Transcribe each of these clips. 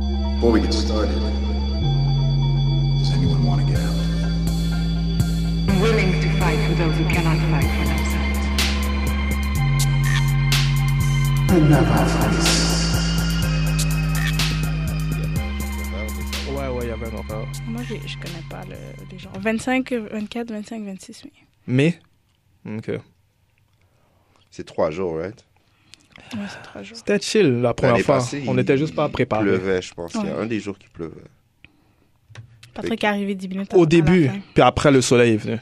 Before we get started, does anyone want to get out? I'm willing to fight for those who cannot fight for themselves. Ouais, ouais, il y avait un horreur. Moi, j'ai- je connais pas le, les gens. 25, 24, 25, 26, oui. Mais, ok. C'est trois jours, right? Ouais, c'est trois jours. C'était chill la première L'année fois. passée, On il- n'était juste pas Il préparés. pleuvait, je pense. Il y a Ouais. un des jours qui pleuvait. Patrick est arrivé 10 minutes avant- Au à la début, fin. puis après le soleil est venu.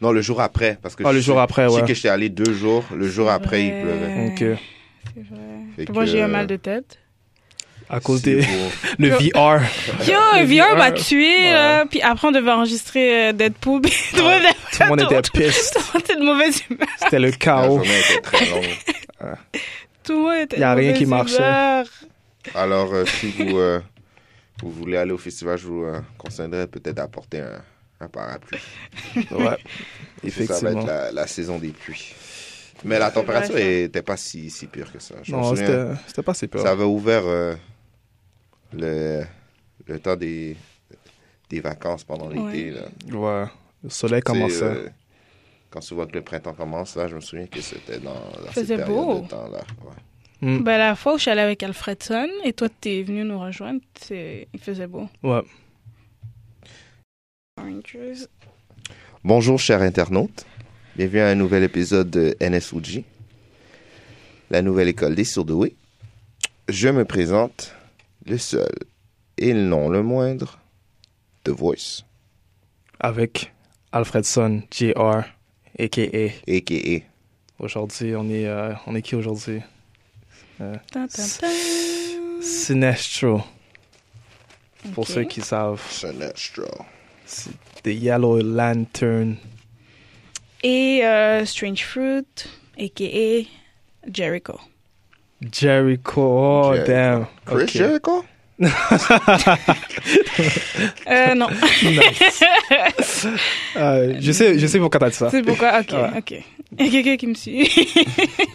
Non, le jour après. Parce que Ah, je le jour sais- après, Je sais ouais. que j'étais allé deux jours. Le jour après, il Ouais. pleuvait. Ok. Euh, C'est vrai. Fait Puis Moi, j'ai eu un que- mal de tête. À cause des. C'est beau. Le VR. Euh, Yo, un vieux m'a Ouais. tué, là. Puis après, on devait enregistrer euh, Deadpool. puis tout le monde Ah Tout le monde était piste. était de mauvaise humeur. C'était le La chaos. journée était très longue. Tout le monde était Y a de rien qui marchait. mauvaise humeur. Alors, euh, si vous, euh, vous voulez aller au festival, je vous euh, conseillerais peut-être d'apporter un, un parapluie. Ouais. Ça va être Effectivement. la, la saison des pluies. Mais la température vrai, ça. n'était pas si, si pire que ça. Je m'en Non, souviens, c'était c'était pas si peur. ça avait ouvert euh, le, le temps des, des vacances pendant l'été. là. Ouais. Le soleil Tu sais, commençait. euh, quand tu vois que le printemps commence, là, je me souviens que c'était dans, dans cette Faisait période beau. de temps-là. ouais. Mm. Ben, la fois où je suis allée avec Alfredson, et toi, t'es venu nous rejoindre, c'est- il faisait beau. Ouais. Oranges. Bonjour, chers internautes. Bienvenue à un nouvel épisode de NSOG, la nouvelle école des surdoués. Je me présente le seul et non le moindre The Voice, Avec Alfredson, JR, a.k.a. a.k.a. Aujourd'hui, on est, euh, on est qui aujourd'hui? Tan, tan, tan. Sinestro. Pour Ok. ceux qui savent, Sinestro. c'est The Yellow Lantern. Et euh, Strange Fruit, a.k.a. Jericho. Jericho. Oh, Jericho. damn. Chris Ok. Jericho? Euh, non. Bah. Nice. Euh, je, sais, je sais pourquoi t'as dit ça. C'est pourquoi? Ok, Ah Ouais. ok. Il y a quelqu'un qui me suit.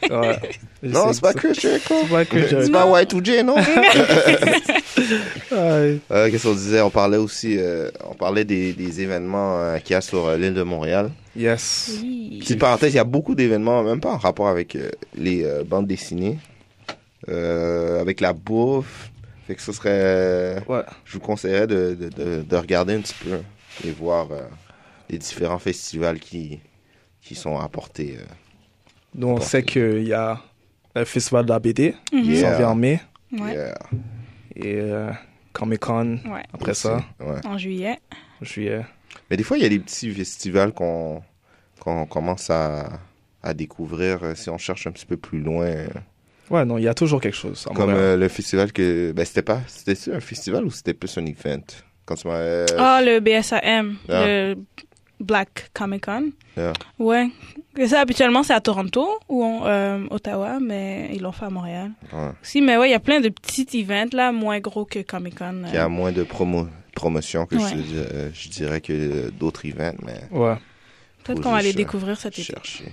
Ouais. Je Non, sais c'est pas ça. Chris Jericho. C'est Euh, pas Chris C'est Jericho. pas Y2J, non? Ouais. Euh, Qu'est-ce qu'on disait? On parlait aussi, euh, on parlait des, des événements euh, qu'il y a sur euh, l'île de Montréal. Yes. Petite parenthèse, il y a beaucoup d'événements, même pas en rapport avec euh, les euh, bandes dessinées, euh, avec la bouffe. Fait que ce serait, euh, Ouais. je vous conseillerais de, de, de, de regarder un petit peu et voir euh, les différents festivals qui, qui sont apportés. euh. Nous, on sait qu'il y a le festival de la BD qui s'en Yeah. vient en mai Ouais. Yeah. et euh, Comic Con Ouais. après ça, Ouais. En juillet. juillet. Mais des fois, il y a des petits festivals qu'on qu'on commence à, à découvrir euh, si on cherche un petit peu plus loin. euh, Ouais, non, il y a toujours quelque chose. à Comme Montréal. euh, le festival que. Ben, c'était pas. C'était un festival ou c'était plus un event? Quand tu m'as. euh, Ah, le BSAM, Ah. le Black Comic Con. Yeah. Ouais. Et ça, habituellement, c'est à Toronto ou en euh, Ottawa, mais ils l'ont fait à Montréal. Ouais. Si, mais ouais, il y a plein de petits events, là, moins gros que Comic Con. euh. Il y a moins de promo promotion que Ouais. je, euh, je dirais que d'autres events, mais Ouais. Peut-être faut qu'on va les juste, euh, découvrir cet été. chercher.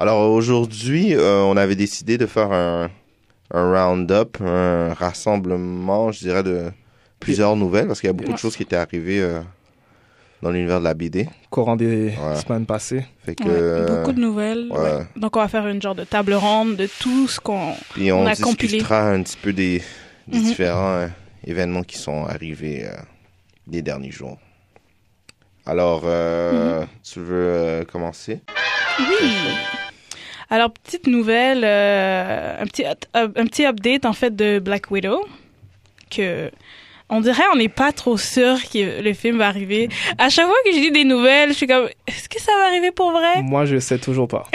Alors aujourd'hui, euh, on avait décidé de faire un, un round-up, un rassemblement, je dirais, de plusieurs nouvelles, parce qu'il y a beaucoup de Ouais. choses qui étaient arrivées euh, dans l'univers de la BD. Courant des Ouais. semaines passées. Fait que, Ouais, euh, beaucoup de nouvelles. ouais. ouais. Donc, on va faire une genre de table ronde de tout ce qu'on. Puis on, on a compilé. discutera un petit peu des, des Mhm. différents euh, événements qui sont arrivés euh, les derniers jours. Alors, euh, Mhm. tu veux euh, commencer? Oui. Alors, petite nouvelle, euh, un, petit, up- up- un petit update en fait de Black Widow. Que on dirait on n'est pas trop sûr que le film va arriver. À chaque fois que je lis des nouvelles, je suis comme est-ce que ça va arriver pour vrai Moi, je sais toujours pas.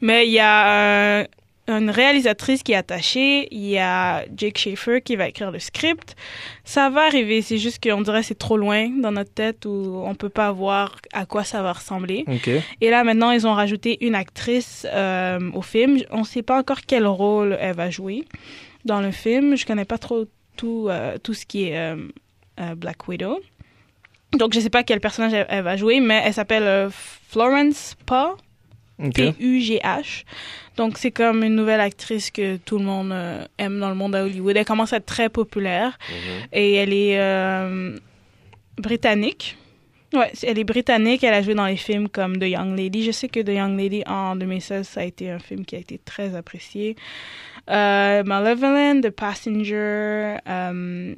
Mais il y a euh, une réalisatrice qui est attachée, il y a Jake Schaefer qui va écrire le script. Ça va arriver, c'est juste qu'on dirait que c'est trop loin dans notre tête où on peut pas voir à quoi ça va ressembler. Ok. Et là, maintenant, ils ont rajouté une actrice euh, au film. On ne sait pas encore quel rôle elle va jouer dans le film. Je ne connais pas trop tout, euh, tout ce qui est euh, euh, Black Widow. Donc, je ne sais pas quel personnage elle, elle va jouer, mais elle s'appelle euh, Florence Paul. Ok. P-U-G-H. Donc, c'est comme une nouvelle actrice que tout le monde euh, aime dans le monde à Hollywood. Elle commence à être très populaire et elle est euh, britannique. Ouais, c'est- elle est britannique. Elle a joué dans les films comme The Young Lady. Je sais que The Young Lady, en 2016, ça a été un film qui a été très apprécié. Euh, Malevolent, The Passenger, euh,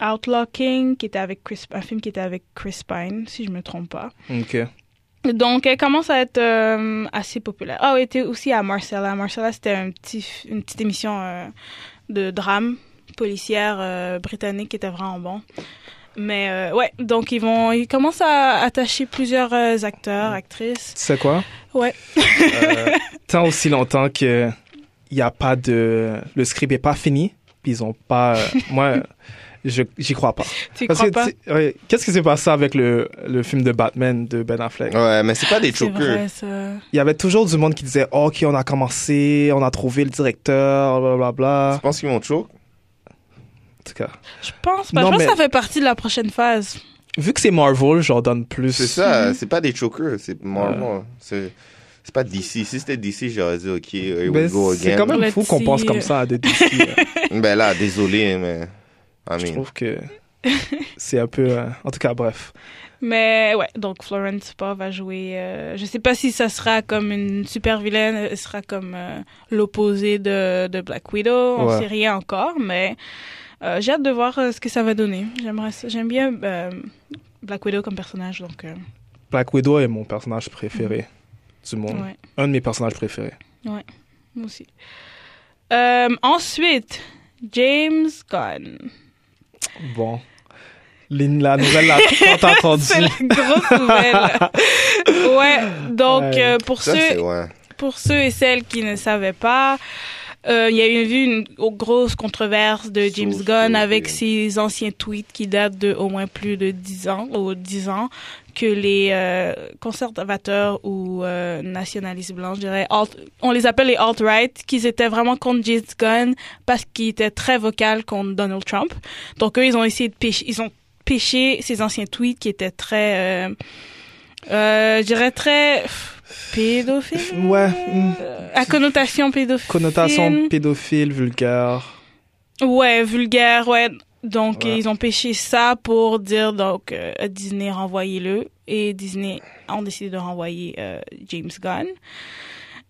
Outlaw King, qui était avec Chris, un film qui était avec Chris Pine, si je me trompe pas. Ok. Donc, elle commence à être euh, assez populaire. Ah, elle était aussi à Marcella. Marcella, c'était un petit, f- une petite émission euh, de drame policière euh, britannique qui était vraiment bon. Mais euh, ouais, donc ils vont, ils commencent à attacher plusieurs euh, acteurs, actrices. Tu sais quoi? Ouais. Euh, tant aussi longtemps que il y a pas de. Le script est pas fini, puis ils ont pas. euh, moi, je j'y crois pas. Tu Parce crois que, pas tu sais, ouais, qu'est-ce qui s'est passé avec le, le film de Batman de Ben Affleck? Ouais, mais c'est pas des C'est chokers. vrai ça. Il y avait toujours du monde qui disait oh, OK, on a commencé, on a trouvé le directeur, blablabla. Je pense qu'ils vont choke. En tout cas, Je pense pas. Non, je pense mais- que ça fait partie de la prochaine phase. vu que c'est Marvel, j'en donne plus. C'est Mm-hmm. ça, c'est pas des chokers, c'est Marvel. C'est c'est pas DC. Si c'était DC, j'aurais dit, OK, euh, here Ben, we go c'est again. quand même Let's fou qu'on pense see. comme ça à des DC. euh. Ben là, désolé, mais. I Je mean, trouve que c'est un peu. euh, en tout cas, bref. Mais ouais, donc Florence Pugh va jouer. euh, je sais pas si ça sera comme une super vilaine, elle sera comme euh, l'opposé de, de Black Widow. On Ouais. sait rien encore, mais euh, j'ai hâte de voir euh, ce que ça va donner. J'aimerais, ça- j'aime bien euh, Black Widow comme personnage, donc euh, Black Widow est mon personnage préféré du monde. ouais, Un de mes personnages préférés. moi aussi. Euh, ensuite, James Gunn. Bon. Lynn, la nouvelle l'a tant C'est la entendue. grosse nouvelle. ouais, donc Ouais. euh, pour ça, ceux c'est. Ouais. Pour ceux et celles qui ne savaient pas, euh, il y a eu vu une grosse controverse de James Sauf Gunn que- avec ses anciens tweets qui datent de au moins plus de 10 ans, ou 10 ans, que les euh, conservateurs ou euh, nationalistes blancs, je dirais, alt- on les appelle les alt-right, qu'ils étaient vraiment contre James Gunn parce qu'il était très vocal contre Donald Trump. Donc eux, ils ont essayé de pêcher, ils ont pêché ces anciens tweets qui étaient très, euh, euh, je dirais très pff, pédophiles. Ouais, hmm. Euh, à connotation pédophile. Connotation pédophile, vulgaire. Ouais, vulgaire, ouais. Donc Ouais. ils ont pêché ça pour dire donc euh, à Disney renvoyez-le et Disney ont décidé de renvoyer euh, James Gunn.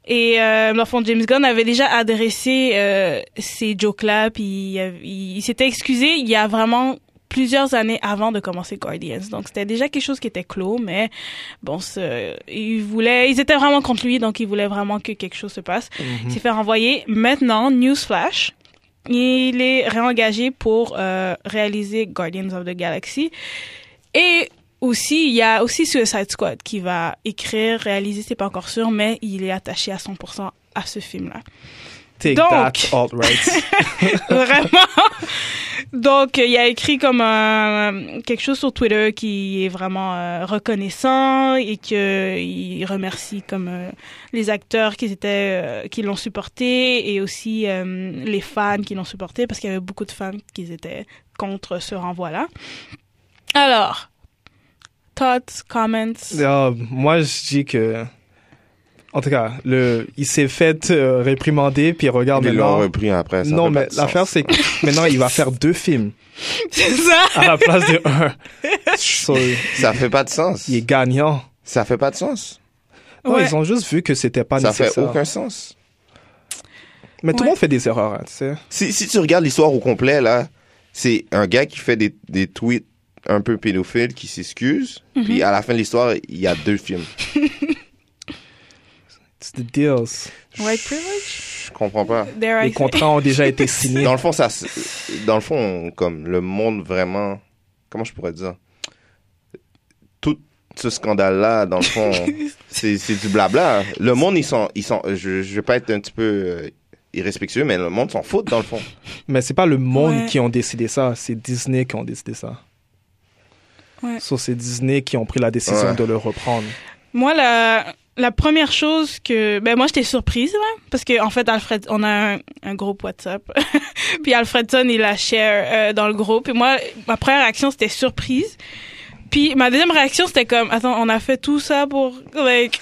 Et euh, dans le fond, James Gunn avait déjà adressé euh, ces jokes-là, puis il, avait- il- il s'était excusé il y a vraiment plusieurs années avant de commencer Guardians. Donc c'était déjà quelque chose qui était clos, mais bon, c'est- ils voulaient, ils étaient vraiment contre lui, donc ils voulaient vraiment que quelque chose se passe. Il s'est fait renvoyer. Maintenant, newsflash, il est réengagé pour euh, réaliser Guardians of the Galaxy. Et aussi, il y a aussi Suicide Squad qui va écrire, réaliser, c'est pas encore sûr, mais il est attaché à 100% à ce film-là. Take Donc- that, alt-right. Vraiment. Donc, il a écrit comme un- quelque chose sur Twitter qui est vraiment euh, reconnaissant et que il remercie comme euh, les acteurs qui étaient euh, qui l'ont supporté et aussi euh, les fans qui l'ont supporté parce qu'il y avait beaucoup de fans qui étaient contre ce renvoi-là. Alors, thoughts, comments. Ah, moi, je dis que. En tout cas, le, il s'est fait euh, réprimander, puis regarde Ils l'ont maintenant. repris après. ça non, fait pas mais de l'affaire, sens. c'est que maintenant, il va faire deux films C'est ça. à la place de un. So, Ça fait pas de sens. il est gagnant. Ça fait pas de sens. Non, Ouais. ils ont juste vu que c'était pas Ça nécessaire. fait aucun sens. Mais tout le Ouais. monde fait des erreurs, hein, tu sais. Si, si tu regardes l'histoire au complet, là, c'est un gars qui fait des, des tweets un peu pédophiles qui s'excuse. Mm-hmm. Puis à la fin de l'histoire, il y a deux films. It's the deals. White privilege. Je comprends pas. There I Les say. contrats ont déjà été signés. Dans le fond, ça, se- dans le fond, comme le monde vraiment, comment je pourrais dire, tout ce scandale-là, dans le fond, c'est c'est du blabla. Le monde, ils sont, ils sont, je, je vais pas être un petit peu euh, irrespectueux, mais le monde s'en fout dans le fond. Mais c'est pas le monde Ouais. qui ont décidé ça, c'est Disney qui ont décidé ça. Ouais. So, c'est Disney qui ont pris la décision Ouais. de le reprendre. Moi, la, la première chose que... Ben, moi, j'étais surprise, ouais, parce que en fait, Alfred, on a un, un groupe WhatsApp. puis Alfredson, il la share euh, dans le groupe. Et moi, ma première réaction, c'était surprise. Puis ma deuxième réaction, c'était comme, attends, on a fait tout ça pour... like,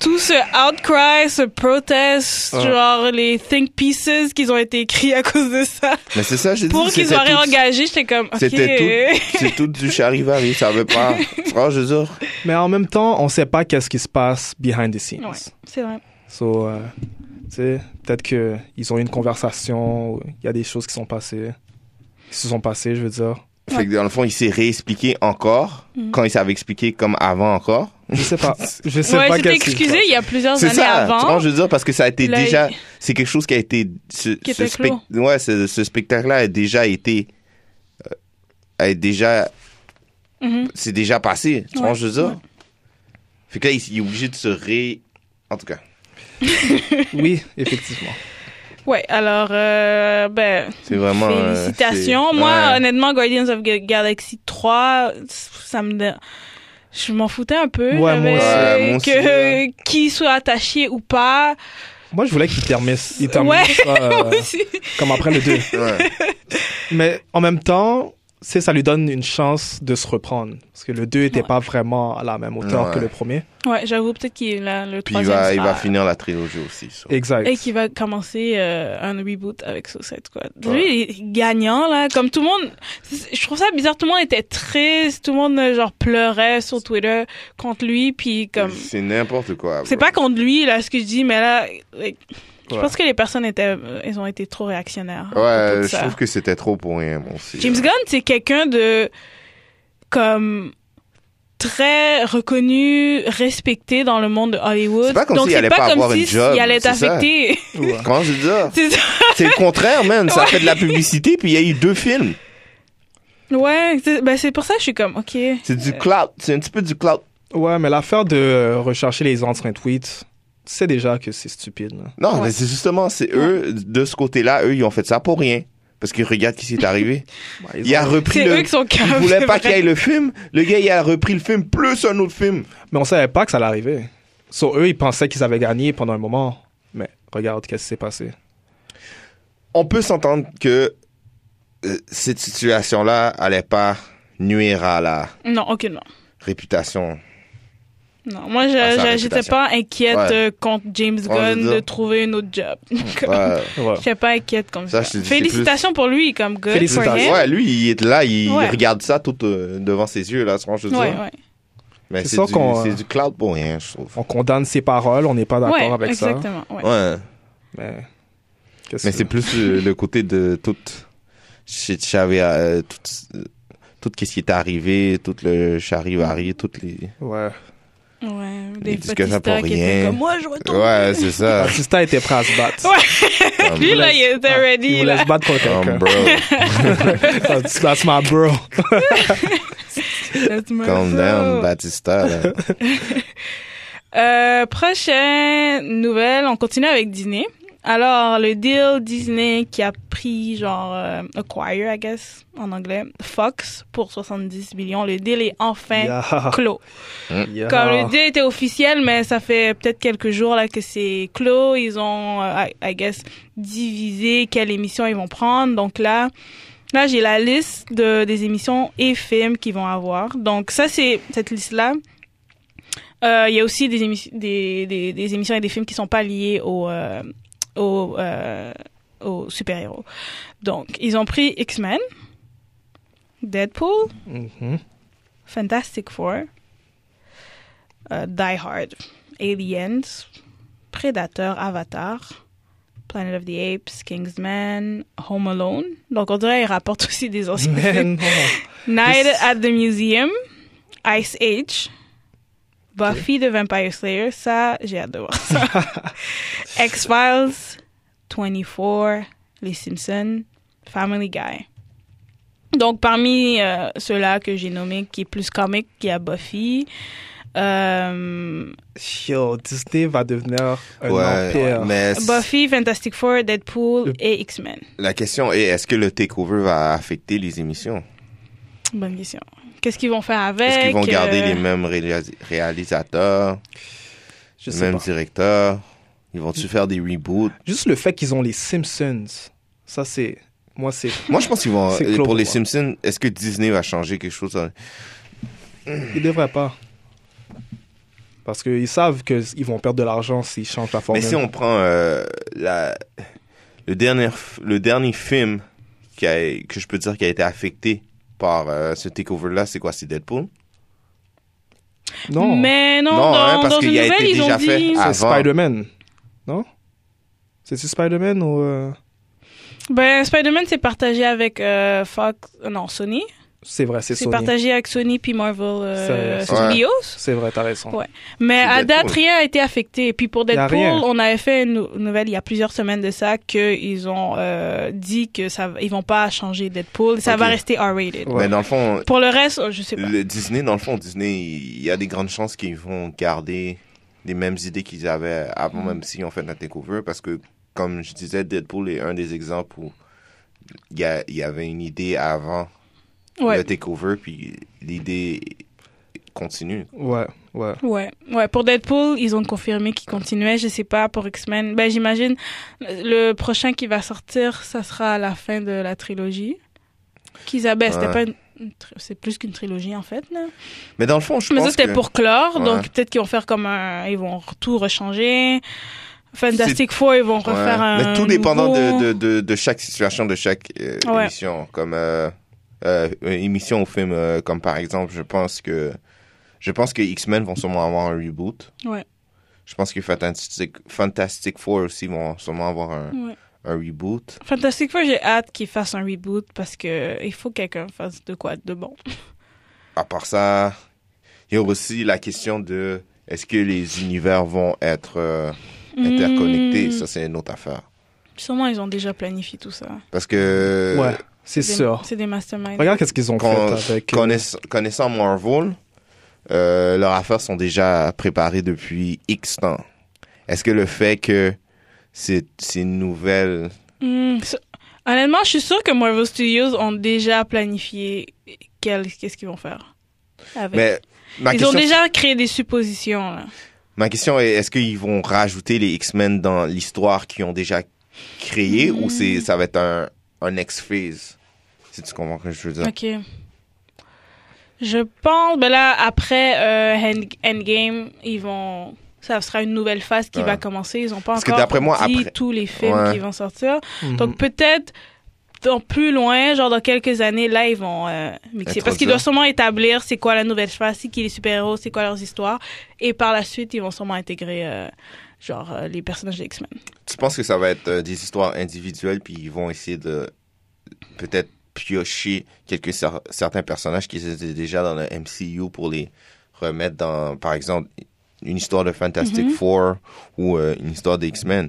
tout ce outcry, ce protest, Ah. genre les think pieces qu'ils ont été écrits à cause de ça. Mais c'est ça, j'ai dit. Pour qu'ils c'était soient tout- réengagés, j'étais comme, ok. C'était tout, c'est tout du charivari, ça veut pas. Franchement, je veux dire, Mais en même temps, on sait pas qu'est-ce qui se passe behind the scenes. Ouais, c'est vrai. So, euh, tu sais, peut-être qu'ils ont eu une conversation, ou il y a des choses qui sont passées, qui se sont passées, je veux dire. Fait que dans le fond, il s'est réexpliqué encore, quand il savait expliquer comme avant encore. Je sais pas. Je sais Ouais, pas j'étais qu'est-ce qui se excusée passe. il y a plusieurs C'est années ça, tu avant. comprends, je veux dire, parce que ça a été Là, déjà, c'est quelque chose qui a été, ce, Qui ce était spec- clos. ouais, ce, ce spectacle-là a déjà été, euh, a déjà, Mhm. c'est déjà passé, Ouais, tu comprends, je veux dire. ouais. Fait que là, il, il est obligé de se ré, en tout cas. Oui, effectivement. Ouais, alors, euh, ben, C'est vraiment, euh, félicitations. c'est- Moi, ouais. honnêtement, Guardians of Ga- Galaxy 3, ça me... dé- Je m'en foutais un peu. Ouais, moi J'avais- aussi. Ouais, moi aussi, que ouais. qui soit attaché ou pas. Moi, je voulais qu'ils terminent, ils terminent Ouais, ça, euh, aussi. comme après le 2. Ouais. Mais en même temps, c'est ça lui donne une chance de se reprendre. Parce que le 2 n'était Ouais. pas vraiment à la même hauteur Ouais. que le premier. Ouais, j'avoue peut-être qu'il a le Puis il troisième. va, il va sera- finir la trilogie aussi. ça. Exact. Et qui va commencer euh, un reboot avec Suicide Squad. Ouais. Lui, il est gagnant, là. Comme tout le monde... c'est- Je trouve ça bizarre. Tout le monde était triste. Tout le monde, euh, genre, pleurait sur Twitter contre lui. Puis, comme... C'est n'importe quoi. C'est bro. pas contre lui, là, ce que je dis, mais là... like, Je Ouais. pense que les personnes étaient... euh, Elles ont été trop réactionnaires. à propos Ouais, de je ça. trouve que c'était trop pour rien, bon, c'est- James Gunn, c'est quelqu'un de comme très reconnu, respecté dans le monde de Hollywood. C'est pas comme Donc s'il c'est allait pas avoir si une job, Il allait être c'est ça. affecté. Ouais. Comment je veux dire? C'est ça. C'est le contraire, man. Ça fait de la publicité, puis il y a eu deux films. Ouais, c'est ben, c'est pour ça que je suis comme OK. C'est du clout. C'est un petit peu du clout. Ouais, mais l'affaire de euh, rechercher les anciens tweets, tu sais déjà que c'est stupide. là. Non, Ouais. mais c'est justement, c'est eux, de ce côté-là, eux, ils ont fait ça pour rien. Parce qu'ils regardent qui s'est arrivé. Ouais, Bah, ils Il a ont- repris C'est eux le. qui sont Il caves. voulait c'est pas vrai. qu'il y ait le film. Le gars, il a repris le film plus un autre film. Mais on savait pas que ça allait arriver. Sur eux, ils pensaient qu'ils avaient gagné pendant un moment. Mais regarde qu'est-ce qui s'est passé. On peut s'entendre que euh, cette situation-là allait pas nuire à la Non, aucunement. réputation. Non, moi je- Ah, sa je- j'étais réputation. pas inquiète Ouais. euh, contre James Ouais, je veux Gunn de dire. trouver une autre job. Comme, Ouais. Ouais. J'étais pas inquiète comme ça. Ça, je te dis, c'est Félicitations pour lui comme good for Félicitations. him. Ouais, lui, il est là, il il Ouais. regarde ça tout euh, devant ses yeux, là, ce je veux ouais. dire. ouais. Mais C'est c'est ça du, qu'on, euh, c'est du cloud pour rien, je trouve. On condamne ses paroles, on n'est pas d'accord Ouais, avec ça. exactement. ouais. Ouais. Mais, qu'est-ce Mais que- c'est plus euh, le côté de tout. Je savais euh, tout, euh, tout ce qui est arrivé, tout le charivari, toutes les. Ouais. Ouais, Ils des disent que ça Batista pour qui rien. étaient comme moi, je retourne. Ouais, c'est ça. Batista était prêt à se battre. Ouais, Comme- Lui, là, il était Ah, Il ready. voulait Là. se battre contre comme quelqu'un. Oh, bro. That's that's my bro. That's my Calm bro. down, Batista. là. Euh, prochaine nouvelle, on continue avec Disney. Alors, le deal Disney qui a pris, genre, euh, acquire, I guess, en anglais, Fox pour 70 millions. Le deal est enfin Yeah. clos. Yeah. Comme le deal était officiel, mais ça fait peut-être quelques jours là que c'est clos. Ils ont, euh, I, I guess, divisé quelles émissions ils vont prendre. Donc là, là j'ai la liste de, des émissions et films qu'ils vont avoir. Donc ça, c'est cette liste-là. Euh, Il y a aussi des, émissions des, des, des émissions et des films qui sont pas liés au, euh, au, euh, aux super-héros. Donc, ils ont pris X-Men, Deadpool, Mhm. Mm-hmm. Fantastic Four, euh, Die Hard, Aliens, Predator, Avatar, Planet of the Apes, Kingsman, Home Alone. Donc on dirait qu'ils rapportent aussi des anciens Mais films. non. Night This- at the Museum, Ice Age, Buffy the Vampire Slayer. Ça, j'ai hâte de voir ça. X-Files, 24, Les Simpsons, Family Guy. Donc, parmi euh, ceux-là que j'ai nommés, qui est plus comique, qui y a Buffy. euh, Yo, Disney va devenir un empire. mais c- Buffy, Fantastic Four, Deadpool et X-Men. la question est est-ce que le takeover va affecter les émissions Bonne question. Qu'est-ce qu'ils vont faire avec? Est-ce qu'ils vont garder euh, les mêmes réalis- réalisateurs, Je les sais mêmes pas. directeurs Ils vont-tu faire des reboots Juste le fait qu'ils ont les Simpsons, ça c'est. Moi c'est. Moi, je pense qu'ils vont. euh, C'est clos pour les pour moi. Simpsons, est-ce que Disney va changer quelque chose hein? Ils devraient pas. Parce qu'ils savent qu'ils vont perdre de l'argent s'ils changent la Mais formule. si on prend euh, la, le, dernier, f- le dernier film qui a- que je peux dire qui a été affecté par euh, ce takeover-là, c'est quoi? C'est Deadpool? Non, Mais non, Non, dans, hein, parce dans qu'il une a été nouvelle, ils déjà ont fait dit... avant. c'est Spider-Man. Non? C'est-tu Spider-Man ou... euh, Ben, Spider-Man, c'est partagé avec euh, Fox... euh, Non, Sony. C'est vrai, c'est C'est Sony. partagé avec Sony puis Marvel euh, C'est- c'est- Ouais. Studios. C'est vrai, t'as raison. Ouais. Mais C'est à Deadpool. date, rien a été affecté. Puis pour Y a Deadpool, rien. on avait fait une nou- nouvelle il y a plusieurs semaines de ça qu'ils ont euh, dit que ça, va- ils vont pas changer Deadpool, ça Ok. va rester R-rated. Ouais. Mais dans le fond, Pour le reste, euh, je sais pas. le Disney, dans le fond, Disney, il y a des grandes chances qu'ils vont garder les mêmes idées qu'ils avaient Mm. avant, même s'ils ont fait la takeover, parce que, comme je disais, Deadpool est un des exemples où il y, a- il y avait une idée avant le Ouais. takeover, puis l'idée continue. Ouais, ouais. Ouais, ouais. Pour Deadpool, ils ont confirmé qu'ils continuaient. Je sais pas pour X-Men. Ben j'imagine le prochain qui va sortir, ça sera à la fin de la trilogie. Qu'ils abaissent. C'était Ouais. pas une- une tri- c'est plus qu'une trilogie en fait. Là. Mais dans le fond, je Mais ça pense c'était que... pour clore, Ouais. donc peut-être qu'ils vont faire comme un, ils vont tout rechanger. Fantastic Four, ils vont Ouais. refaire un. Mais tout dépendant de- nouveau. de, de, de chaque situation, de chaque euh, Ouais. émission. Comme euh, euh, euh, émission ou film, euh, comme par exemple, je pense que je pense que X-Men vont sûrement avoir un reboot. Ouais. Je pense que Fantastic, Fantastic Four aussi vont sûrement avoir un, Ouais. un reboot. Fantastic Four, j'ai hâte qu'ils fassent un reboot parce que il faut que quelqu'un fasse de quoi de bon. À part ça, il y a aussi la question de est-ce que les univers vont être euh, interconnectés Hmm. Ça, c'est une autre affaire. Sûrement, ils ont déjà planifié tout ça. Parce que ouais, c'est des- sûr. C'est des masterminds. Regarde qu'est-ce qu'ils ont Euh, Quand- fait avec... euh, Connaiss- connaissant Marvel, euh, leurs affaires sont déjà préparées depuis X temps. Est-ce que le fait que c'est c'est une nouvelle... Hmm, ça- Honnêtement, je suis sûre que Marvel Studios ont déjà planifié quel- qu'est-ce qu'ils vont faire. avec. Mais ma ils ont question, déjà créé des suppositions. Là. ma question est, est-ce qu'ils vont rajouter les X-Men dans l'histoire qu'ils ont déjà créée ou Hmm. c'est ça va être un, un X-Phase? Si tu comprends ce que je veux dire. Ok. Je pense, ben là, après euh, End- Endgame, ils vont. Ça sera une nouvelle phase qui Ouais. va commencer. Ils n'ont pas Parce que encore d'après moi, dit après- tous les films Ouais. qui vont sortir. mhm. Donc peut-être dans plus loin, genre dans quelques années, là, ils vont euh, mixer. Parce qu'ils Introduire. doivent sûrement établir c'est quoi la nouvelle phase, c'est qui les super-héros, c'est quoi leurs histoires. Et par la suite, ils vont sûrement intégrer, euh, genre, euh, les personnages des X-Men. Tu penses que ça va être euh, des histoires individuelles, puis ils vont essayer de peut-être piocher quelques cer- certains personnages qui étaient déjà dans le MCU pour les remettre dans, par exemple, une histoire de Fantastic Mm-hmm. Four ou euh, une histoire des X-Men.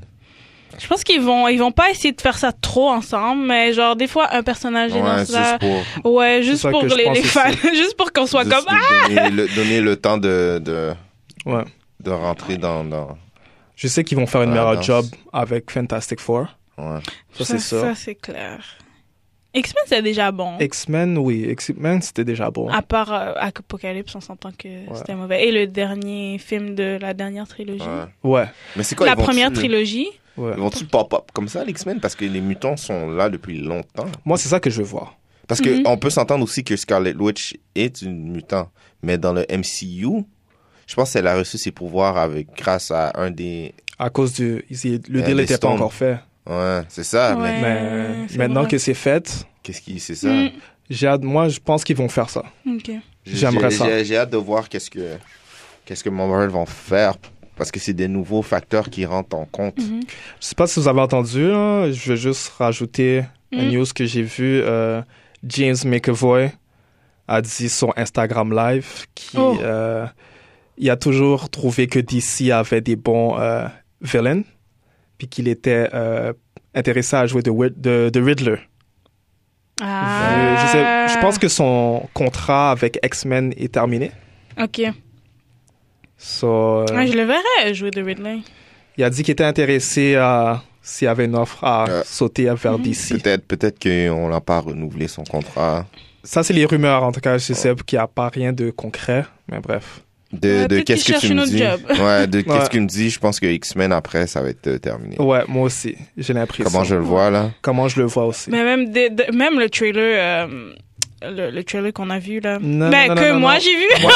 Je pense qu'ils vont, ils vont pas essayer de faire ça trop ensemble, mais genre, des fois, un personnage est dans Ouais, ça. juste pour, Ouais, C'est juste ça pour que je les, pense les aussi. fans, juste pour qu'on soit juste comme ah! pour donner, le, donner le temps de, de, Ouais. de rentrer dans... dans Je sais qu'ils vont faire une Ah, meilleure non. job avec Fantastic Four. ouais. Ça, c'est sûr. Ça c'est clair. X-Men c'est déjà bon. X-Men, oui. X-Men, c'était déjà bon. À part euh, Apocalypse, on s'entend que c'était mauvais. Et le dernier film de la dernière trilogie. ouais. Ouais, Mais c'est quoi la ils vont-tu première le- trilogie. ouais. ils Vont-tu pop-up comme ça, les X-Men? Parce que les mutants sont là depuis longtemps. Moi, c'est ça que je veux voir. Parce que Mhm. on peut s'entendre aussi que Scarlet Witch est une mutant, mais dans le MCU, je pense qu'elle a reçu ses pouvoirs avec grâce à un des. À cause du... ils- Le Euh, deal les n'était pas Stones. encore fait. Ouais, c'est ça. Mais Ouais, Mais c'est maintenant vrai. que c'est fait, qu'est-ce qui, c'est ça. Mm, j'ai hâte- moi, je pense qu'ils vont faire ça. ok. J'ai- J'aimerais j'ai- ça. J'ai, j'ai hâte de voir qu'est-ce que qu'est-ce que Marvel vont faire, parce que c'est des nouveaux facteurs qui rentrent en compte. Mhm. Je sais pas si vous avez entendu, là, je veux juste rajouter une Mm. news que j'ai vue. euh, James McAvoy a dit sur Instagram Live qu'il Oh. euh, il a toujours trouvé que DC avait des bons euh, villains, puis qu'il était euh, intéressé à jouer de, Wi- de- de Riddler. Ah. Euh, Je, sais- je pense que son contrat avec X-Men est terminé. Ok. So, euh, Ouais, je le verrais jouer de Ridley. Il a dit qu'il était intéressé à s'il y avait une offre à Euh. sauter vers Mhm. DC. Peut-être, peut-être qu'on l'a pas renouvelé son contrat. Ça, c'est les rumeurs, en tout cas, je sais qu'il n'y a pas rien de concret, mais bref. De, Ouais, de peut-être qu'est-ce qu'il que tu cherche me un autre dis. job. Ouais, de qu'est-ce Ouais. que tu me dis. Je pense que X-Men après, ça va être euh, terminé. Ouais, moi aussi, j'ai l'impression. Comment je le vois là? Comment je le vois aussi. Mais même, des- de- même le trailer euh, le, le trailer qu'on a vu là. Non, ben, non, non, que non, moi non. j'ai vu. Moi,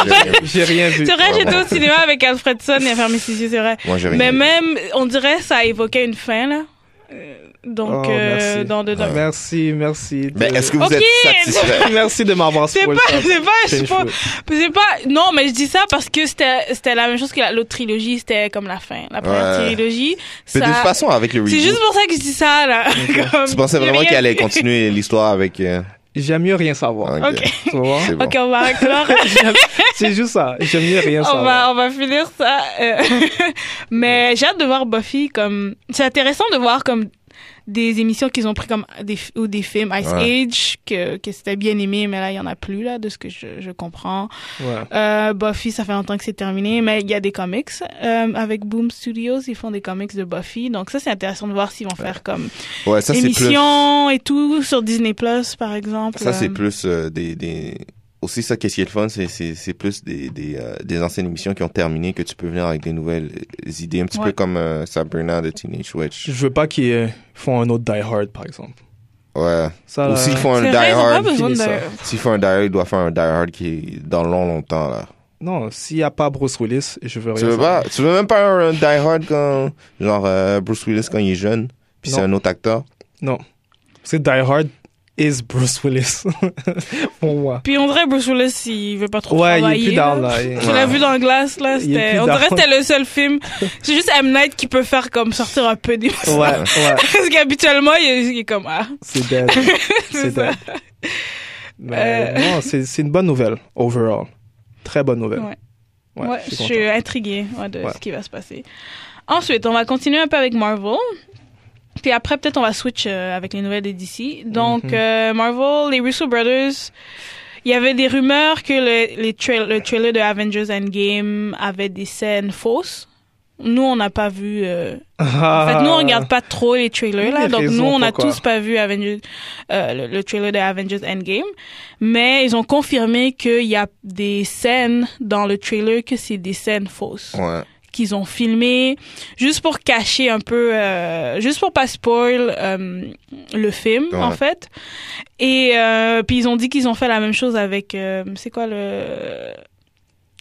J'ai j'ai rien vu. rien vu. C'est vrai, Vraiment. j'étais au cinéma avec Alfredson et a fermé ses yeux, c'est vrai. Moi, j'ai rien Mais vu. même, on dirait ça évoquait une fin là. Euh, Donc, Oh, euh, merci. dans le. dans- Merci, merci. de- Mais est-ce que vous Euh, Ok. êtes satisfait? Merci de m'avoir C'est spoilé pas, ça. c'est pas, je sais Change pas. food. C'est pas, non, mais je dis ça parce que c'était, c'était la même chose que la- l'autre trilogie, c'était comme la fin. La première Ouais. trilogie, Mais de toute ça. façon, avec le C'est reboot, juste pour ça que je dis ça, là. Comme, tu pensais j'ai vraiment rien qu'il allait dit. continuer l'histoire avec... euh, J'aime mieux rien savoir. ok, Ok. Tu vois? c'est bon. Ok, on va clore. C'est juste ça. J'aime mieux rien on, va, savoir. on va finir ça. euh, mais j'ai hâte de voir Buffy comme. C'est intéressant de voir comme des émissions qu'ils ont pris comme des f- ou des films Ice Ouais. Age que, que c'était bien aimé mais là il y en a plus là de ce que je, je comprends Ouais. euh, Buffy ça fait longtemps que c'est terminé mais il y a des comics euh, avec Boom Studios ils font des comics de Buffy donc ça c'est intéressant de voir s'ils vont faire comme Ouais, ça, c'est plus... émissions et tout sur Disney Plus par exemple Ça, c'est Euh, plus euh, des, des... Aussi, ça, qu'est-ce qui est le fun, c'est- c'est c'est plus des, des, euh, des anciennes émissions qui ont terminé que tu peux venir avec des nouvelles euh, idées, un petit Ouais. peu comme euh, Sabrina de Teenage Witch. Je veux pas qu'ils euh, font un autre Die Hard, par exemple. Ouais. Ça, Ou s'ils là, font un C'est Die vrai, ils ont pas Hard, besoin finissez de- ça. S'ils font un Die Hard, ils doivent faire un Die Hard qui est dans long, longtemps, là. Non, s'il y a pas Bruce Willis, je veux rien Tu veux, savoir. pas, tu veux même pas un Die Hard quand, genre, euh, Bruce Willis quand il est jeune, puis c'est Non. un autre acteur? Non. C'est Die Hard is Bruce Willis. Pour moi. Puis on dirait Bruce Willis, il veut pas trop Ouais, il est travailler. plus down, là. Tu l'as vu dans Glace, Il là. est C'était, plus on down. dirait que c'était le seul film. C'est juste M. Night qui peut faire comme sortir un peu des Ouais, ouais. Parce qu'habituellement, il est, il est comme, ah. C'est dead. C'est C'est dead. Mais Euh. non, c'est c'est une bonne nouvelle, overall. Très bonne nouvelle. Ouais. Ouais, Ouais, je je suis suis intriguée ouais, de Ouais. ce qui va se passer. Ensuite, on va continuer un peu avec Marvel. Puis après, peut-être, on va switch euh, avec les nouvelles de DC. Donc, Mhm. euh, Marvel, les Russo Brothers, il y avait des rumeurs que le, les trail- le trailer de Avengers Endgame avait des scènes fausses. Nous, on n'a pas vu... euh, En fait, nous, Ah, on regarde pas trop les trailers, là. Les Donc, raisons nous, on n'a pourquoi. tous pas vu Avengers, euh, le, le trailer de Avengers Endgame. Mais ils ont confirmé qu'il y a des scènes dans le trailer que c'est des scènes fausses. Ouais. Qu'ils ont filmées juste pour cacher un peu, euh, juste pour pas spoil euh, le film, Ouais. en fait. Et euh, puis, ils ont dit qu'ils ont fait la même chose avec... euh, c'est quoi le...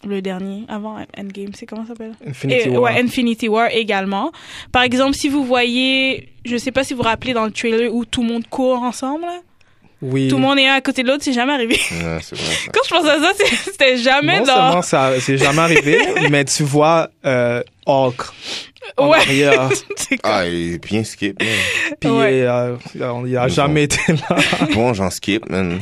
Le dernier, avant Endgame, c'est comment ça s'appelle Infinity et- War. Ouais, Infinity War également. Par exemple, si vous voyez, je sais pas si vous vous rappelez dans le trailer où tout le monde court ensemble, là. oui. tout le monde est un à côté de l'autre, c'est jamais arrivé. Ouais, c'est vrai, ça. Quand je pense à ça, c'est- c'était jamais non dans. seulement ça, c'est jamais arrivé, mais tu vois euh, Hulk en Ouais. arrière, C'est comme- Ah, il est bien skip, man. puis Ouais. euh, on- il a Ils jamais été là. Bon, Ah, j'en skip, man.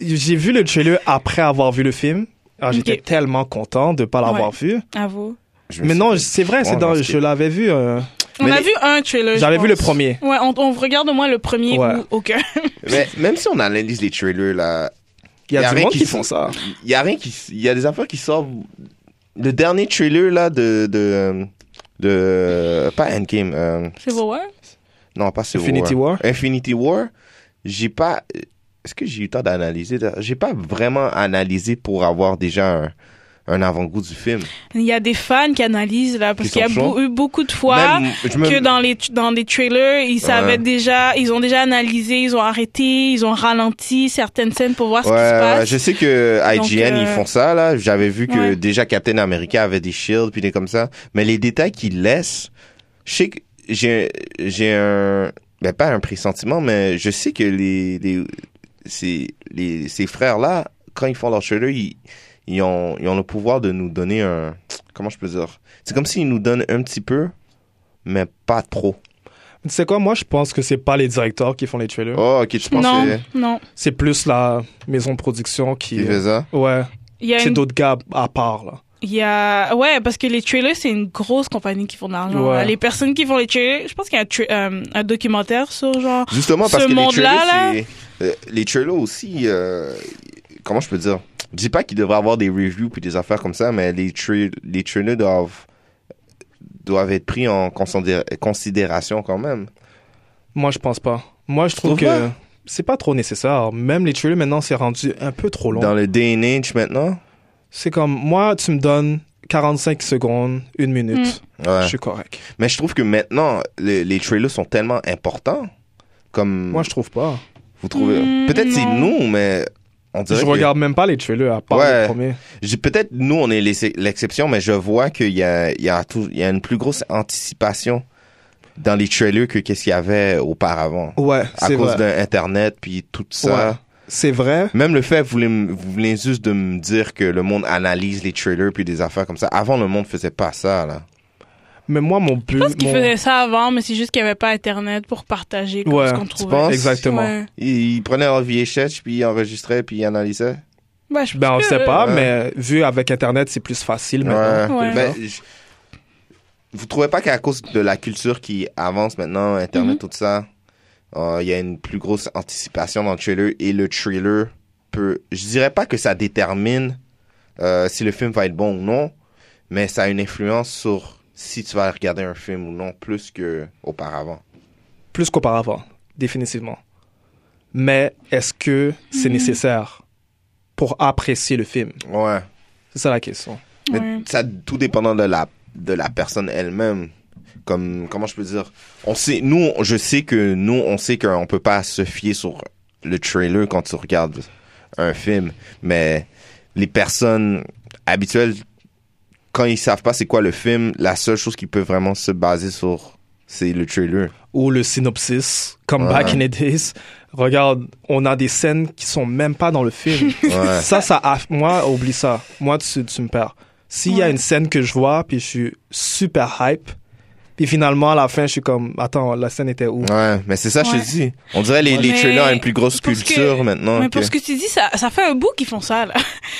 J'ai vu le trailer après avoir vu le film. Alors, j'étais Ok. tellement content de pas l'avoir vu. À vous. Je me Mais suis non, dit, c'est vrai, c'est bon, dans, je j'en skip. l'avais vu. euh, On Mais a les- vu un trailer. je J'avais vu le pense. premier. Ouais, on, on regarde au moins le premier Ouais. ou aucun. Mais même si on analyse les trailers, là, Il y a, du rien monde qui s- font ça. Il y a rien qui, s- il y a des affaires qui sortent. Le dernier trailer là de de euh, de pas Endgame, euh, C'est hein? vrai, ouais. non pas Civil Infinity War. Infinity War, j'ai pas. Est-ce que j'ai eu le temps d'analyser là? J'ai pas vraiment analysé pour avoir déjà un, un avant-goût du film. Il y a des fans qui analysent là parce Qui qu'il y a sont chauds. beau- eu beaucoup de fois. Même, je me- que dans les dans les trailers, ils savaient Ouais. déjà, ils ont déjà analysé, ils ont arrêté, ils ont ralenti certaines scènes pour voir ce Ouais, qui se passe. ouais, je sais que Donc, IGN, ils euh, font ça, là. J'avais vu que Ouais. déjà Captain America avait des shields, puis des comme ça. Mais les détails qu'ils laissent, je sais que j'ai, j'ai un, ben pas un pressentiment, mais je sais que les, les, ces, les, ces frères-là, quand ils font leur trailer, ils, ils ont, ils ont le pouvoir de nous donner un, comment je peux dire? C'est comme s'ils nous donnent un petit peu, mais pas trop. Tu sais quoi, moi, je pense que c'est pas les directeurs qui font les trailers. Oh, ok, tu penses non, que non. C'est plus la maison de production qu'ils qui. faisaient ça? Ouais. Il y a C'est une- d'autres gars à part, là. il y a ouais parce que les trailers c'est une grosse compagnie qui font de l'argent. Ouais. là. Les personnes qui font les trailers, je pense qu'il y a un, tra- euh, un documentaire sur genre Justement, parce Ce que les monde-là, trailers, c'est- euh, les trailers aussi, euh, comment je peux dire? Je dis pas qu'ils devraient avoir des reviews puis des affaires comme ça, mais les, tra- les trailers doivent, doivent être pris en considé- considération quand même. Moi, je pense pas. Moi, je trouve trouves que pas c'est pas trop nécessaire. Même les trailers, maintenant, c'est rendu un peu trop long. Dans le day and age maintenant? C'est comme, moi, tu me donnes 45 secondes, une minute, Mm. Ouais. je suis correct. Mais je trouve que maintenant, le- les trailers sont tellement importants. Comme, Moi, je trouve pas. Vous trouvez Hmm, Peut-être c'est non. nous, mais on dirait Je que- regarde même pas les trailers à part Ouais. le premier. J'ai- Peut-être nous, on est l'ex- l'exception, mais je vois qu'il y a, il y, a tout- il y a une plus grosse anticipation dans les trailers que qu'est-ce qu'il y avait auparavant. Ouais, À c'est cause vrai. d'Internet, puis tout ça. Ouais. C'est vrai. Même le fait, vous voulez, m- vous voulez juste de me dire que le monde analyse les trailers puis des affaires comme ça. Avant, le monde faisait pas ça, là. Mais moi, mon but. Je pense qu'ils mon- faisaient ça avant, mais c'est juste qu'il n'y avait pas Internet pour partager comme Ouais, ce qu'on Tu trouvait. penses? Exactement. Ouais. Ils, ils prenaient leur vieille sketch, puis ils enregistraient, puis ils analysaient. Bah, je pense Ben, on que- sait pas, Ouais. mais vu avec Internet, c'est plus facile maintenant. Ouais. Ouais. de Ben, le faire. je- vous trouvez pas qu'à cause de la culture qui avance maintenant, Internet, tout ça, euh, il y a une plus grosse anticipation dans le trailer et le trailer peut. Je dirais pas que ça détermine euh, si le film va être bon ou non, mais ça a une influence sur si tu vas regarder un film ou non plus que auparavant. Plus qu'auparavant, définitivement. Mais est-ce que c'est Mm-hmm. nécessaire pour apprécier le film? Ouais. C'est ça la question. Mais Ouais. ça, tout dépendant de la, de la personne elle-même. Comme, comment je peux dire? On sait, nous, je sais que nous, on sait qu'on peut pas se fier sur le trailer quand tu regardes un film. Mais les personnes habituelles, quand ils savent pas c'est quoi le film, la seule chose qu'ils peuvent vraiment se baser sur, c'est le trailer. Ou le synopsis, comme Ouais. Back in the Days. Regarde, on a des scènes qui sont même pas dans le film. Ouais. Ça, ça, aff- moi, oublie ça. Moi, tu, tu me perds. S'il y a Ouais. une scène que je vois, puis je suis super hype, puis finalement, à la fin, je suis comme, attends, la scène était où? Ouais, mais c'est ça, je Ouais. te dis. On dirait les, les Mais trailers ont une plus grosse pour ce que- culture maintenant. Mais pour que- ce que tu dis, ça, ça fait un bout qu'ils font ça, là.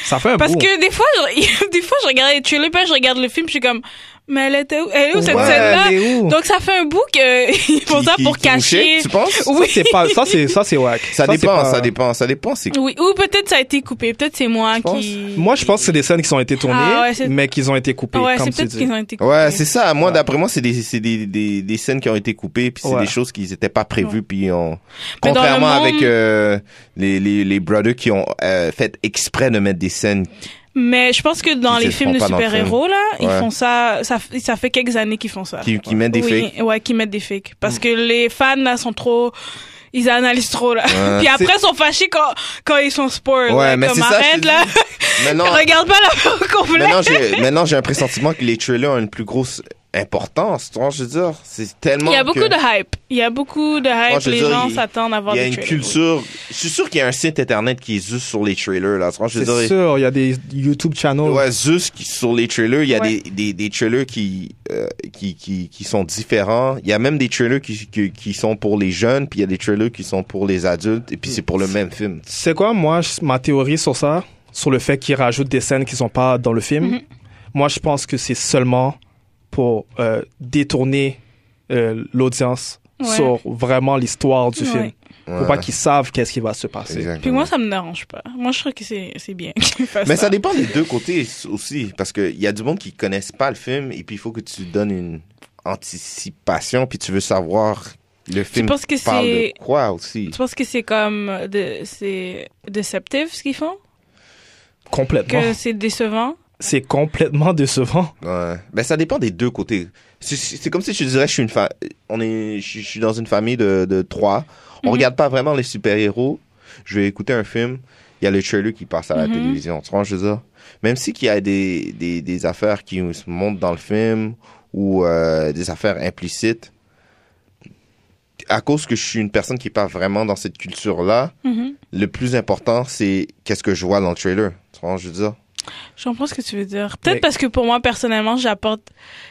Ça fait hein, un Parce bout. que des fois, je, des fois, je regarde les trailers, puis je regarde le film, je suis comme, mais elle était où, elle est où cette Ouais, scène-là? elle est où? Donc ça fait un bout qu'ils font qui- ça qui- pour qui nous cacher. shake, tu penses? Oui. Ça, c'est pas, ça, c'est, ça, c'est whack. Ça, c'est dépend, pas- ça dépend, ça dépend, c'est Oui, ou peut-être ça a été coupé. Peut-être c'est moi penses? qui. Moi, je pense que c'est des scènes qui ont été tournées, Ah ouais, c'est- mais qui ont été coupées, Ah ouais, comme c'est tu peut-être dis. qu'ils ont été coupés. Ouais, c'est ça. Moi, Ouais. d'après moi, c'est des, c'est des, des, des scènes qui ont été coupées, puis c'est Ouais. des choses qui n'étaient pas prévues, puis Mais dans on... le Contrairement monde- avec euh, les, les, les brothers qui ont euh, fait exprès de mettre des scènes. Mais je pense que dans Ils les le films font de pas dans le film. super-héros, là, ils Ouais. font ça, ça. Ça fait quelques années qu'ils font ça. Qui, qui mettent des oui, fakes. Mm. ouais, qui mettent des fakes. Parce que les fans, là, sont trop. Ils analysent trop, là. Ouais. Puis après, ils sont fâchés quand, quand ils sont spoilers. Ouais, là, mais comme, c'est ça, je arrête, te là. Maintenant, Regarde pas la complète. maintenant, j'ai, maintenant, j'ai un pressentiment que les trailers ont une plus grosse importance. Tu vois, je veux dire, c'est tellement. Il y a beaucoup que- de hype. Il y a beaucoup de Moi, hype. je veux les dire, gens il- s'attendent à voir Il y a des une trailers. culture. Je suis sûr qu'il y a un site internet qui est juste sur les trailers, là. Tu vois, je veux C'est dire, sûr, il y a des YouTube channels. Ouais, juste qui- sur les trailers, il y a Oh. Ouais. des, des, des trailers qui, euh, qui, qui, qui sont différents. Il y a même des trailers qui, qui, qui sont pour les jeunes, puis il y a des trailers qui sont pour les adultes, et puis c'est pour le même film. Tu sais quoi, moi, je- ma théorie sur ça, sur le fait qu'ils rajoutent des scènes qui sont pas dans le film, Mhm. moi, je pense que c'est seulement pour euh, détourner euh, l'audience Ouais. sur vraiment l'histoire du Ouais. film. Pour Ouais. pas qu'ils savent qu'est-ce qui va se passer. Exactement. Puis moi, ça me dérange pas. Moi, je trouve que c'est c'est bien. qu'ils fassent Mais ça dépend des deux côtés aussi, parce qu'il y a du monde qui connaissent pas le film, et puis il faut que tu donnes une anticipation, puis tu veux savoir Tu le film penses que parle c'est. de quoi aussi. Tu penses que c'est comme. euh, De, c'est déceptif ce qu'ils font? Que Complètement. c'est décevant? C'est complètement décevant. Ouais. Ben, ça dépend des deux côtés. C'est- C'est c'est comme si je te dirais, je suis une fa... on est, je, je suis dans une famille de, de trois. On Mhm. regarde pas vraiment les super-héros. Je vais écouter un film. Il y a le trailer qui passe à la Mhm. télévision. Tu vois, je veux dire. Même si qu'il y a des, des, des affaires qui se montrent dans le film ou euh, des affaires implicites, à cause que je suis une personne qui est pas vraiment dans cette culture-là, Mhm. le plus important, c'est qu'est-ce que je vois dans le trailer. Tu vois, je veux dire. Je comprends ce que tu veux dire. Peut-être Mais- parce que pour moi, personnellement, j'apporte,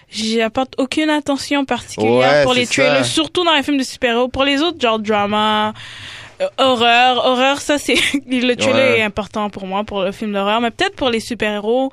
j'apporte aucune attention particulière Ouais, pour les c'est trailers, ça. surtout dans les films de super-héros. Pour les autres, genre drama, euh, horreur, horreur, ça c'est, le trailer Ouais. est important pour moi, pour le film d'horreur. Mais peut-être pour les super-héros,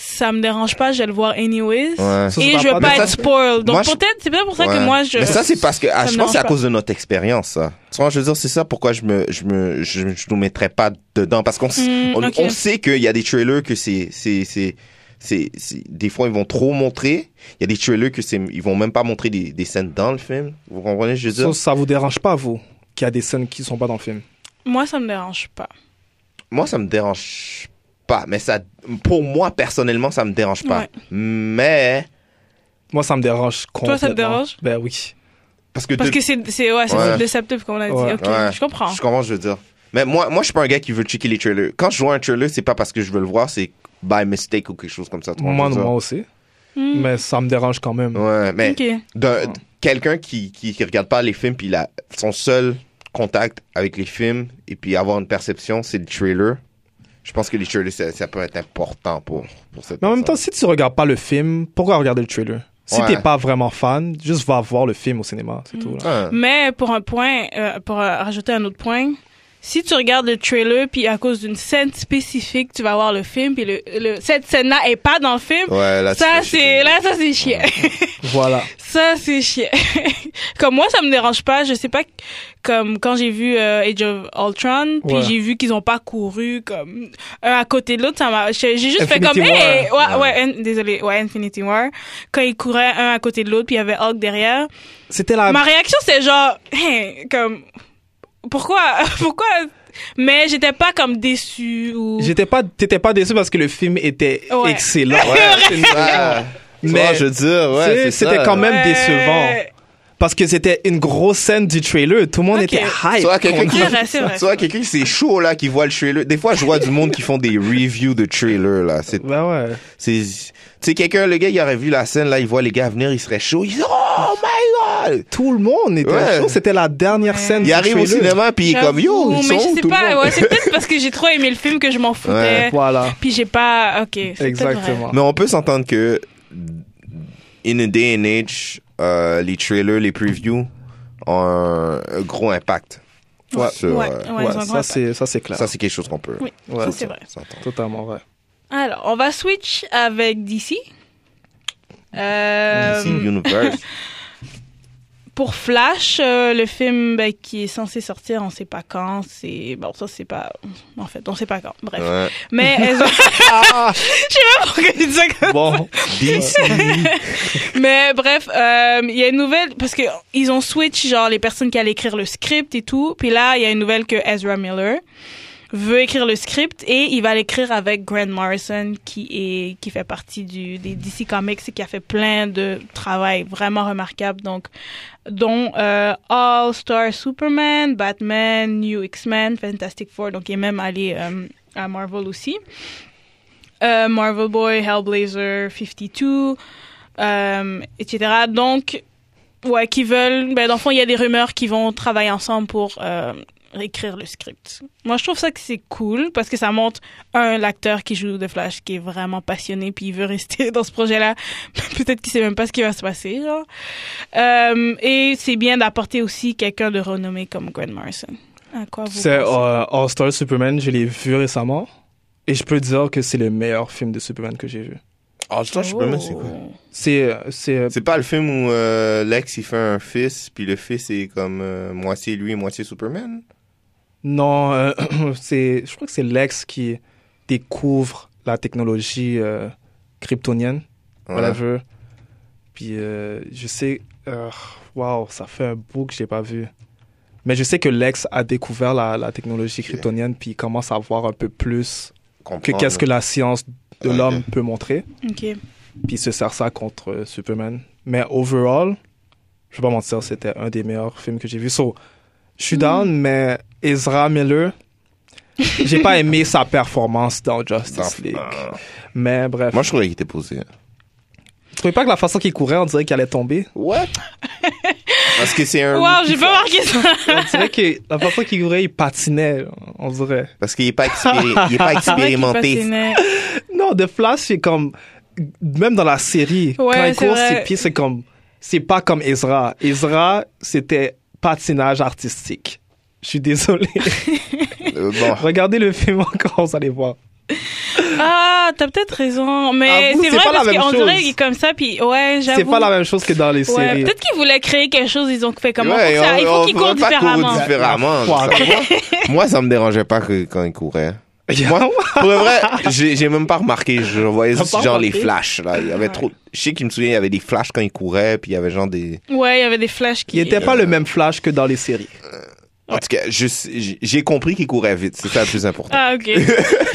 ça me dérange pas, je vais le voir anyways. Ouais. Ça, ça Et va je veux pas- pas Mais ça, être c'est- spoiled. Donc Moi, je- peut-être, c'est peut-être pour ça que Ouais. moi je. Mais ça, c'est parce que ça ah, me je pense que c'est dérange à pas. cause de notre expérience, ça. Tu vois, je veux dire, c'est ça pourquoi je me, je me, je, je nous mettrais pas dedans. Parce qu'on s- Hmm, on, ok. on sait qu'il y a des trailers que c'est, c'est, c'est, c'est, c'est- des fois ils vont trop montrer. Il y a des trailers que c'est, ils vont même pas montrer des, des scènes dans le film. Vous comprenez, je veux dire. Ça, ça vous dérange pas, vous, qu'il y a des scènes qui sont pas dans le film. Moi, ça me dérange pas. Moi, ça me dérange pas, mais ça, pour moi, personnellement, ça me dérange pas. Ouais. Mais, Moi, ça me dérange complètement. Toi, ça te dérange Ben oui. Parce que, Parce de- que c'est c'est- ouais, c'est Ouais. le septembre qu'on a dit. Ouais. Ok, Ouais. Ah. je comprends. Je comprends ce que je veux dire. Mais moi, moi, je suis pas un gars qui veut checker les trailers. Quand je vois un trailer, c'est pas parce que je veux le voir, c'est by mistake ou quelque chose comme ça. tu vois Moi, ce que je moi veux aussi. Hmm. Mais ça me dérange quand même. dire? Ouais, mais Ok. d'un- Ah. d- quelqu'un qui, qui, qui regarde pas les films, puis la- son seul contact avec les films, et puis avoir une perception, c'est le trailer. Je pense que les trailers, ça, ça peut être important pour, pour cette Mais en même temps, personne. si tu regardes pas le film, pourquoi regarder le trailer Si Ouais. t'es pas vraiment fan, juste va voir le film au cinéma, Mm. c'est tout. là. Ah. Mais pour un point, euh, pour euh, rajouter un autre point, si tu regardes le trailer, puis à cause d'une scène spécifique, tu vas voir le film, puis le, le- cette scène-là est pas dans le film, Ouais, là, tu ça fais chier. c'est là ça c'est chiant. Voilà. Ça, c'est chiant. comme moi, ça me dérange pas. Je sais pas, comme quand j'ai vu euh, Age of Ultron, puis Ouais. j'ai vu qu'ils ont pas couru comme un à côté de l'autre, ça m'a. J'ai j'ai juste fait Infinity comme, War. hey! ouais, ouais, in- désolé, ouais, Infinity War. Quand ils couraient un à côté de l'autre, puis il y avait Hulk derrière. C'était la. Ma réaction, c'est genre, Hein, comme, pourquoi, pourquoi? Mais j'étais pas comme déçue ou. J'étais pas, t'étais pas déçu parce que le film était Ouais. excellent. Ouais, ça. Ah. Tu vois, Mais- je veux dire, Tu sais, ouais, c'est c'était ça. quand même Ouais. décevant. Parce que c'était une grosse scène du trailer. Tout le monde Ok. était hype. Soit quelqu'un qui, C'est vrai, c'est vrai. soit quelqu'un qui c'est chaud là, qui voit le trailer. Des fois, je vois du monde qui font des reviews de trailer là. C'est, Ben ouais. c'est, tu sais, quelqu'un, le gars, il aurait vu la scène là, il voit les gars venir, il serait chaud. Il dit, oh my god! Tout le monde était Ouais. chaud. C'était la dernière scène Il du arrive au trailer. cinéma puis il est comme yo, J'avoue, ils sont mais où, je sais tout le pas, monde? ouais, c'est peut-être parce que j'ai trop aimé le film que je m'en foutais. Ouais. Voilà. Puis j'ai pas. Ok. c'est peut-être vrai. Exactement. Mais on peut s'entendre que in a day and age, euh, les trailers, les previews ont un, un gros impact. Ouais. Sur, Ouais, euh, ouais, ils ont un grand ça, c'est, ça, c'est clair. Ça, c'est quelque chose qu'on peut. Oui, Ouais. ça c'est vrai. s'entendre. Totalement vrai. Alors, on va switch avec DC. Euh, DC Universe. pour Flash, euh, le film ben, qui est censé sortir, on sait pas quand. C'est bon, ça c'est pas. En fait, on sait pas quand. Bref. Ouais. Mais elles ont... Ah! je sais pas pourquoi je dis ça comme- Bon. Mais bref, euh, il y a une nouvelle parce que ils ont switch genre les personnes qui allaient écrire le script et tout. Puis là, il y a une nouvelle que Ezra Miller veut écrire le script et il va l'écrire avec Grant Morrison qui est qui fait partie du des DC Comics et qui a fait plein de travail vraiment remarquable donc dont euh, All Star Superman, Batman, New X-Men, Fantastic Four donc il est même allé euh, à Marvel aussi. Euh, Marvel Boy, Hellblazer, 52, euh, etc. Donc, ouais, qui veulent. Ben, dans le fond, il y a des rumeurs qui vont travailler ensemble pour euh, écrire le script. Moi, je trouve ça que c'est cool parce que ça montre, un, l'acteur qui joue de Flash qui est vraiment passionné puis il veut rester dans ce projet-là. Peut-être qu'il sait même pas ce qui va se passer, genre. Euh, et c'est bien d'apporter aussi quelqu'un de renommé comme Grant Morrison. À quoi vous C'est pensez? euh, All Star Superman, je l'ai vu récemment. Et je peux dire que c'est le meilleur film de Superman que j'ai vu. Ah, je sais pas, mais c'est quoi? Oh. C'est. euh, c'est euh, C'est pas le film où euh, Lex il fait un fils, puis le fils est comme euh, moitié lui, moitié Superman. non, euh, c'est. Je crois que c'est Lex qui découvre la technologie euh, kryptonienne. Ouais. Voilà, je. Puis euh, je sais. euh, Waouh, ça fait un bout que je l'ai pas vu. Mais je sais que Lex a découvert la, la technologie kryptonienne, puis il commence à voir un peu plus que Comprendre. qu'est-ce que la science de Ok. l'homme peut montrer. Ok. puis il se sert ça contre euh, Superman. Mais overall, je vais pas mentir, c'était un des meilleurs films que j'ai vu. So, je suis down, mais Ezra Miller, j'ai pas aimé sa performance dans Justice Dans- League. Ah. Mais bref, Moi, je trouvais qu'il était posé. je trouvais pas que la façon qu'il courait, on dirait qu'il allait tomber. What? Parce que c'est un. Wow, j'ai pas marqué ça. On dirait que la façon qu'il courait, il patinait, on dirait. Parce qu'il est pas, expéri- il est pas expérimenté. Fasciné. Non, The Flash, c'est comme même dans la série, Ouais, quand il c'est court vrai. ses pieds, c'est comme c'est pas comme Ezra. Ezra, c'était patinage artistique. Je suis désolé. Euh, bon. Regardez le film encore, vous allez voir. Ah, t'as peut-être raison, mais Ah, vous, c'est c'est vrai pas la parce même qu'on dirait chose. qu'il est comme ça, puis ouais, j'avoue. C'est pas la même chose que dans les Ouais, séries. peut-être qu'ils voulaient créer quelque chose, ils ont fait comment Ouais, pour ça. Il on- faut on qu'ils courent pourrait pas courir différemment. différemment. Apparemment, Fuck. Moi, ça me dérangeait pas que, quand il courait. Moi, pour le vrai, j'ai j'ai même pas remarqué. Je voyais T'as juste pas genre remarqué? les flashs. Là. Il y avait trop. Je sais qu'il me souvient, il y avait des flashs quand il courait, puis il y avait genre des. Ouais, il y avait des flashs qui. Il était pas le même Flash que dans les séries. En tout cas, je sais- j'ai j'ai compris qu'il courait vite. C'est ça le plus important. Ah, ok.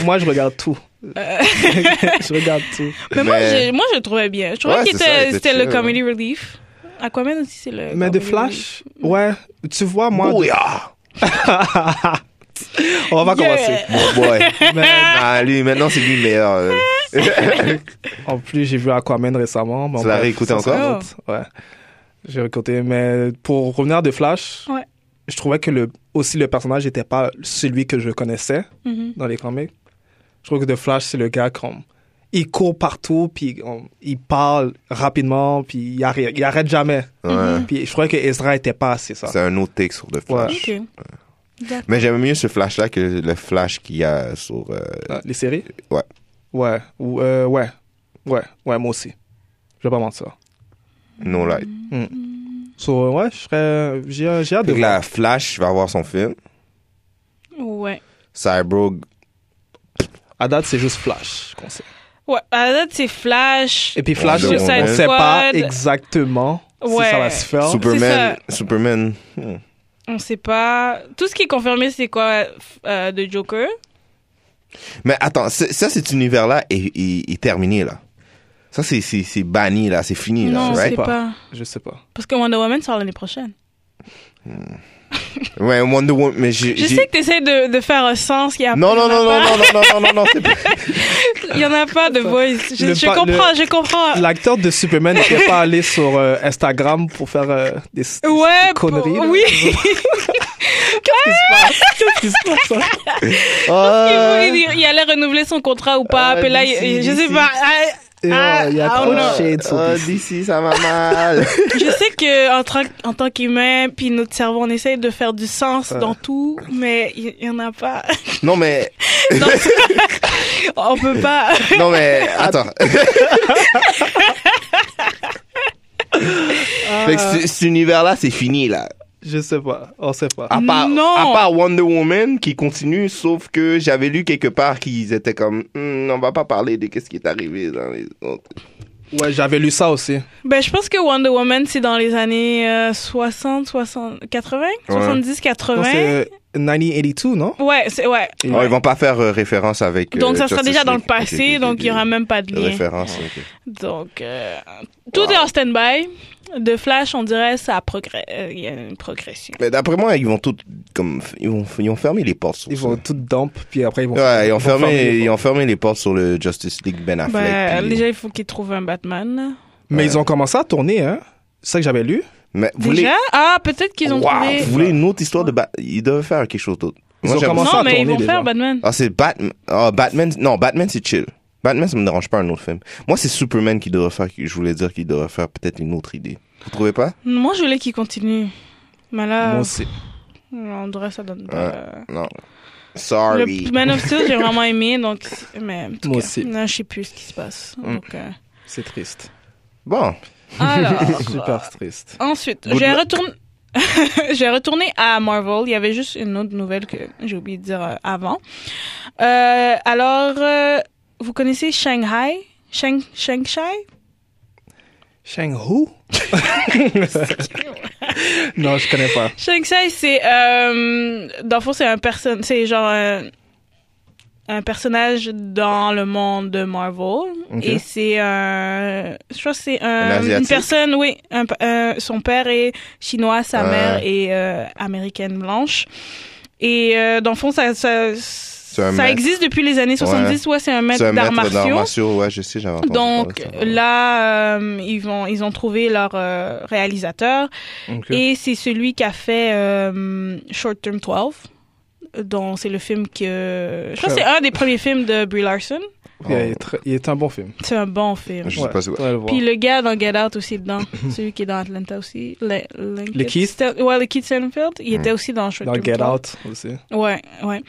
Moi, je regarde tout. Euh. je regarde tout. Mais, moi, Mais- je, moi, je le trouvais bien. Je trouvais Ouais, qu'il c'est ça, il était, était c'était le chill, comedy relief. Aquaman aussi, c'est le. Mais de Flash, euh, ouais, tu vois, Ah, moi. Booyah! On va Yeah. commencer. Mon boy. Mais Ah, lui, maintenant, c'est lui le meilleur. euh. en plus, j'ai vu Aquaman récemment. mais Tu on l'as va- réécouté ça, c'est encore? un autre. Ouais. J'ai réécouté. Mais pour revenir à The Flash, Ouais. je trouvais que le, aussi le personnage n'était pas celui que je connaissais Mhm. dans les comics. Je trouve que The Flash, c'est le gars comme. Il court partout, puis on- il parle rapidement, puis il arrête, il arrête jamais. Ouais. Puis je trouvais que Ezra était pas assez ça. C'est un autre take sur The Flash. Mm-hmm. Ok. D'accord. Mais j'aime mieux ce Flash-là que le Flash qu'il y a sur... euh, Ah, Les séries Ouais. Ouais. Ou, euh, ouais. Ouais. Ouais, moi aussi. Je vais pas mentir. No Light. So, ouais, je serais. J'ai j'ai hâte de Donc voir. là, Flash va avoir son film. Ouais. Cyborg, À date, c'est juste Flash qu'on sait. Ouais, à la date, c'est Flash. Et puis Flash, Wonder on Woman. ne sait pas Suicide exactement si Ouais. ça va se faire. Superman, Superman, hmm, On sait pas. Tout ce qui est confirmé, c'est quoi euh, de Joker Mais attends, c- ça, cet univers-là est, est- est terminé, là. Ça, c'est- c'est c'est banni, là. C'est fini, là, Non, je sais right? pas. pas. Je sais pas. Parce que Wonder Woman sort l'année prochaine. Ouais, Wonder Woman, mais j'ai... Je j'ai- sais que t'essaies de, de faire un sens. qu'il y a- Non, il y en non, a non, non, pas. non, non, non, non, non, c'est pas- Il y en a pas de voice. Je, Le je pa- comprends, je comprends. L'acteur de Superman n'était pas allé sur euh, Instagram pour faire euh, des, des Ouais, conneries. pour- là. oui. Qu'est-ce qui se passe? Qu'est-ce qui se passe? là? Il Ah. voulait dire, il allait renouveler son contrat ou pas. Ah, puis là, d'ici, il- je sais d'ici. pas. Ah, Et Ah, ouais, Il y a ah, trop de non. shade sur Ah, DC. d'ici, ça va mal. Je sais que en, tra- en tant qu'humain, puis notre cerveau, on essaye de faire du sens dans tout, mais il y, en a pas. non, mais... Dans- on peut pas. Non, mais... Attends. Fait que c- cet univers-là, c'est fini, là. Je sais pas. On sait pas. À part, Non. à part Wonder Woman qui continue, sauf que j'avais lu quelque part qu'ils étaient comme, Hmm, on va pas parler de qu'est-ce qui est arrivé dans les autres. Ouais, j'avais lu ça aussi. Ben, je pense que Wonder Woman, c'est dans les années euh, 60, 60, 80, 70, Non, 80. c'est 1982, non? Ouais, c'est ouais. Et- Oh, ils vont pas faire euh, référence avec. euh, Donc ça sera Justice déjà dans le League. Ok, ok, passé, ok, donc il y aura ok. même pas de lien. Référence. ok. Donc, euh, tout est en stand-by. De Flash, on dirait, ça progresse. Il y a une progression. Mais d'après moi, ils vont tout comme f- ils vont ils ont fermé les portes. Sur Ils ça. vont tout dump, puis après ils vont. Ouais, ils ont fermer fermé les ils portes. ont fermé les portes sur le Justice League Ben Affleck. Ben, puis- déjà, il faut qu'il trouve un Batman. là. Mais ils ont commencé à tourner, hein? C'est ça que j'avais lu. Mais vous voulez Déjà? Ah, peut-être qu'ils ont Wow, trouvé. vous voulez une autre histoire de Bat Ils doivent faire quelque chose d'autre. Ils Moi, ont j'aime- commencé- Non, à mais ils tourner vont déjà. faire Batman. Ah, c'est Batman. Ah, Batman. Non, Batman, c'est chill. Batman, ça me dérange pas un autre film. Moi, c'est Superman qui devrait faire, je voulais dire qu'il devrait faire peut-être une autre idée. Vous trouvez pas? Moi, je voulais qu'ils continuent. Mais là, Moi aussi. on dirait ça donne pas. euh, Non. Le Sorry. Man of Steel, j'ai vraiment aimé, donc. Mais. en tout Moi cas, aussi. Là, je sais plus ce qui se passe. Mm. Donc, euh, C'est triste. Bon. Alors. Super triste. Ensuite, Good j'ai luck. retourné... j'ai retourné à Marvel. Il y avait juste une autre nouvelle que j'ai oublié de dire euh, avant. Euh, alors, euh, vous connaissez Shanghai? Shang... Shanghai? Shang Hu? non, je connais pas. Shanghai, c'est... Euh, dans le fond, c'est un person... C'est genre un... un personnage dans le monde de Marvel. Ok. Et c'est un... Je crois que c'est un- Un Asiatique? une personne... Oui, un p- un- son père est chinois, sa Ouais. mère est euh, américaine blanche. Et euh, dans le fond, ça, ça, un ça maître. existe depuis les années 70. Ouais, c'est un maître d'arts martiaux. martiaux. Ouais, je sais, j'avais entendu Donc parler de ça. là, euh, ils, vont, ils ont trouvé leur euh, réalisateur. Ok. Et c'est celui qui a fait euh, Short Term 12 dont c'est le film que... Je crois que c'est un des premiers films de Brie Larson. Il, est très- il est un bon film. C'est un bon film. Je sais pas si- on va le voir. Puis le gars dans Get Out aussi est dedans, celui qui est dans Atlanta aussi. Le, Lincoln- Le Keith? Stel- Ouais, le Keith Stanfield, il Hmm. était aussi dans Short Dans Term Get 12. Out aussi. Ouais, ouais.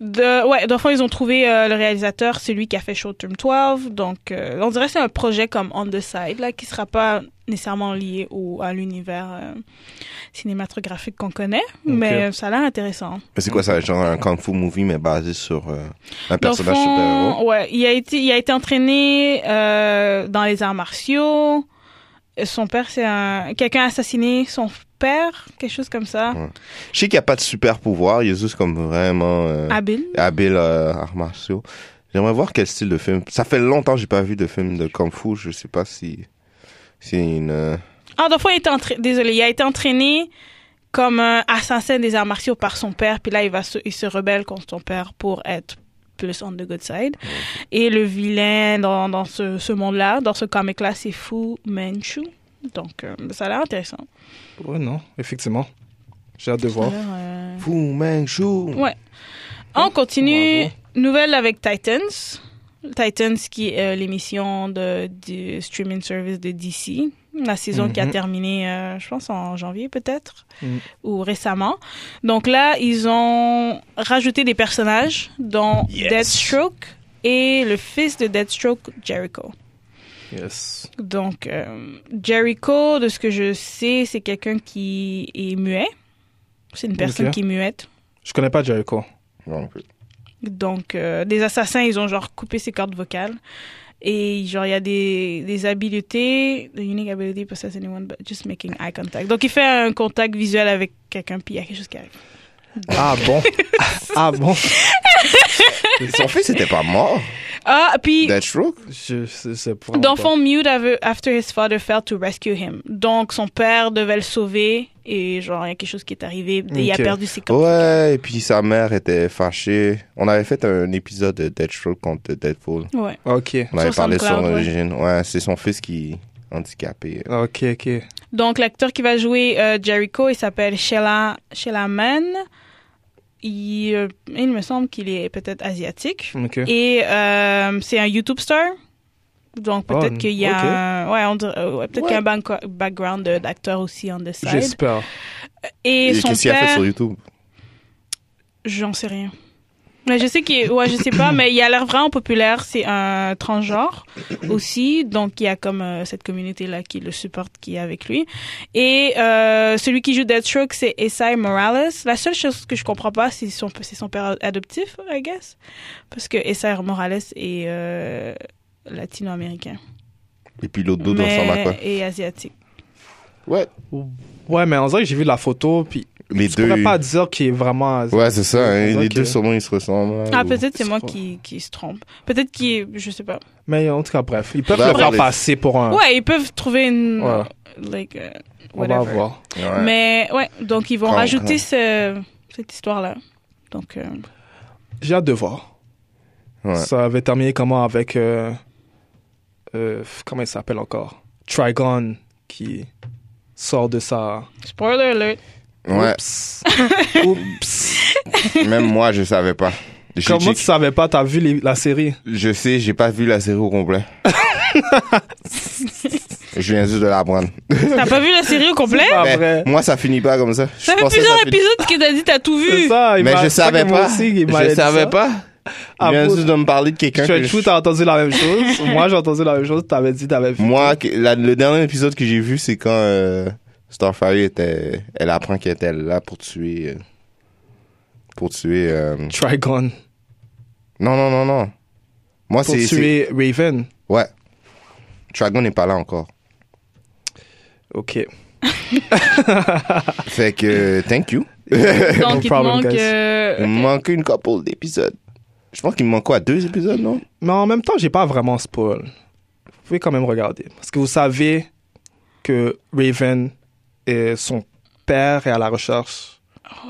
De, ouais, dans le fond, ils ont trouvé euh, le réalisateur, celui qui a fait Short Term 12. Donc, euh, on dirait que c'est un projet comme On the Side, là, qui sera pas nécessairement lié au, à l'univers euh, cinématographique qu'on connaît, mais ça a l'air intéressant. Mais c'est quoi ça? Genre un kung fu movie, mais basé sur euh, un Dans le personnage fond, super-héros? ouais, il a été, il a été entraîné euh, dans les arts martiaux. Euh, Son père, c'est un. Quelqu'un a assassiné son père, quelque chose comme ça. Ouais. Je sais qu'il n'y a pas de super pouvoir. Il est juste comme vraiment euh, Habile. habile euh, arts martiaux. J'aimerais voir quel style de film. Ça fait longtemps que j'ai pas vu de film de kung fu. Je sais pas si c'est une. euh, Ah, dans le fond, il a été entra- désolé, il a été entraîné comme un assassin des arts martiaux par son père, puis là, il, va se, il se rebelle contre son père pour être plus on the good side. Et le vilain dans, dans ce, ce monde-là, dans ce comic-là, c'est Fu Manchu. Donc, euh, ça a l'air intéressant. Ouais, non, effectivement. J'ai hâte de voir. Alors, euh, Fu Manchu. Ouais. On continue. bravo. Nouvelle avec Titans. Titans qui est euh, l'émission de, du streaming service de DC. La saison qui a Mhm. terminé, euh, je pense, en janvier peut-être, Mhm. ou récemment. Donc là, ils ont rajouté des personnages, dont Yes. Deathstroke et le fils de Deathstroke, Jericho. Yes. Donc, euh, Jericho, de ce que je sais, c'est quelqu'un qui est muet. C'est une personne Ok. qui est muette. Je connais pas Jericho. Non plus. Donc, euh, des assassins, ils ont genre coupé ses cordes vocales. Et genre, il y a des, des habiletés. The unique ability possess anyone but just making eye contact. Donc, il fait un contact visuel avec quelqu'un, puis il y a quelque chose qui arrive. Ah bon? ah bon? Son fils n'était pas mort. Ah, puis. Deathstroke. Je, c'est, c'est vraiment Dans le pas- fond, Mute avait- after his father failed to rescue him. Donc, son père devait le sauver. Et genre, il y a quelque chose qui est arrivé. Et il a Ok. perdu ses cordes. Ouais, et puis sa mère était fâchée. On avait fait un épisode de Deathstroke contre Deadpool. Oh. Ouais. Ok, On avait Sur parlé sur SoundCloud, ouais. l'origine. Ouais, c'est son fils qui est handicapé. Ah, ok, ok. Donc, l'acteur qui va jouer euh, Jericho, il s'appelle Sheila, Sheila Mann. Il, euh, il me semble qu'il est peut-être asiatique. Ok. Et euh, c'est un YouTube star. Donc, Oh, peut-être qu'il y a ok. un, ouais, on dirait- euh, ouais, peut-être Ouais. qu'il y a un banco- background de- d'acteur aussi on the side. J'espère. Et, Et son qu'est-ce qu'il a fait père, sur YouTube? j'en sais rien. Mais je sais qu'il, ouais, je sais pas, mais il a l'air vraiment populaire. C'est un transgenre aussi, donc il y a comme euh, cette communauté là qui le supporte, qui est avec lui. Et euh, celui qui joue Deathstroke, c'est Esai Morales. La seule chose que je comprends pas, c'est son, c'est son père adoptif, I guess, parce que Esai Morales est euh, latino-américain, Et puis l'autre dos ressemble à quoi? mais et asiatique. Ouais. Ouais, mais on dirait que j'ai vu la photo, puis Les je deux. pourrais pas dire qu'il est vraiment. Ouais, c'est ça. hein. Ok. Les deux sûrement ils se ressemblent. hein, Ah, ou- peut-être c'est Oh. c'est moi pas- qui, qui se trompe. Peut-être qui, est- je sais pas. Mais en tout cas, bref, ils peuvent Bah, le faire parlez. passer pour un. Ouais, ils peuvent trouver une, Ah. Ouais. like, euh, on va whatever. voir. Ouais. Mais ouais, donc ils vont Quand- rajouter quand- ce- cette histoire-là. Donc, euh, J'ai hâte de voir. Ouais. Ça avait terminé comment avec. euh, euh, comment il s'appelle encore Trigon qui sort de sa. spoiler alert. Ouais. Oups. Oups. Même moi, je savais pas. J'ai- Comment j'ai- tu savais pas T'as vu les- la série Je sais, j'ai pas vu la série au complet. je viens juste de la prendre. T'as pas vu la série au complet? Ah, Mais vrai. moi, ça finit pas comme ça. Je Ça fait pensais plusieurs ça finit- épisodes que t'as dit t'as tout C'est vu. ça, il Mais m'a- je c'est ça que savais moi pas. aussi, il m'a je dit savais ça. pas. Ah, Il vient bon. juste de me parler de quelqu'un que Tu je- as entendu la même chose. Moi, j'ai entendu la même chose. T'avais dit, t'avais vu. Moi, que- la- le dernier épisode que j'ai vu, c'est quand euh, Starfire était... Elle apprend qu'elle était là pour tuer... euh, Pour tuer... euh, Trigon. Non, non, non, non. Moi, Pour Ah, c'est... c'est- tuer Raven. Ouais. Dragon n'est pas là encore. Ok. Fait que, thank you. Donc, No il te problem, manque. guys. euh, Mm. Il me manquait une couple d'épisodes. Je pense qu'il me manque quoi, deux épisodes, non? Mais en même temps, j'ai pas vraiment spoil. Vous pouvez quand même regarder. Parce que vous savez que Raven et son père est à la recherche.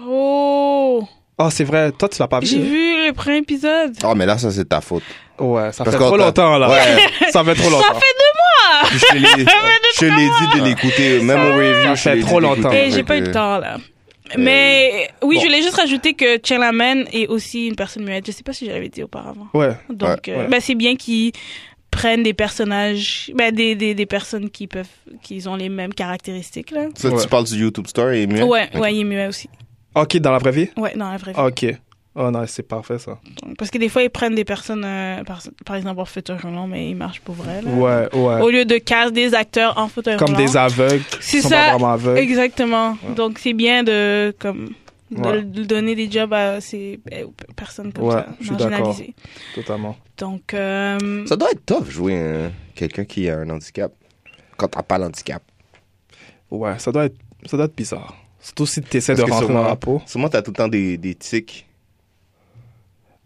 Oh! Oh, c'est vrai, toi, tu l'as pas J'ai vu. vu le premier épisode. Oh, mais là, ça, c'est ta faute. Ouais, ça Parce fait qu'on trop t'a- longtemps, là. Ouais. Ça fait trop longtemps. Puis je te l'ai, je te l'ai dit de l'écouter, même au review. Ça je fait te l'ai dit trop d'écouter. longtemps. Et Eh, j'ai Fait pas eu que- le temps, là. Euh, Mais oui, je voulais juste rajouter que Chalaman est aussi une personne muette. Je sais pas si j'avais dit auparavant. Ouais. Donc, Ouais, euh, ouais. ben, c'est bien qu'ils prennent des personnages, ben, des, des, des personnes qui peuvent, qui ont les mêmes caractéristiques, là. Ça, Ouais. tu parles du YouTube Star et mieux. Ouais, ouais, il est muet aussi. Ok, dans la vraie vie? Ouais, dans la vraie vie. Ok. Oh non, c'est parfait, ça. Donc, Parce que des fois, ils prennent des personnes, euh, par, par exemple, en fauteuil roulant, mais ils marchent pour vrai. Là. Ouais, ouais. Au lieu de caser des acteurs en fauteuil Comme roulant. des aveugles. C'est qui sont ça. pas vraiment aveugles. Exactement. Donc, c'est bien de, comme, de, Ouais. de donner des jobs à ces eh, aux personnes comme Ouais, ça, je suis marginalisées. Totalement. Donc, euh, Ça doit être tough jouer euh, quelqu'un qui a un handicap. Quand t'as pas l'handicap. Ouais, ça doit être, ça doit être bizarre. Surtout si tu essaies Parce de que rentrer dans la peau. Souvent, t'as tout le temps des, des tics.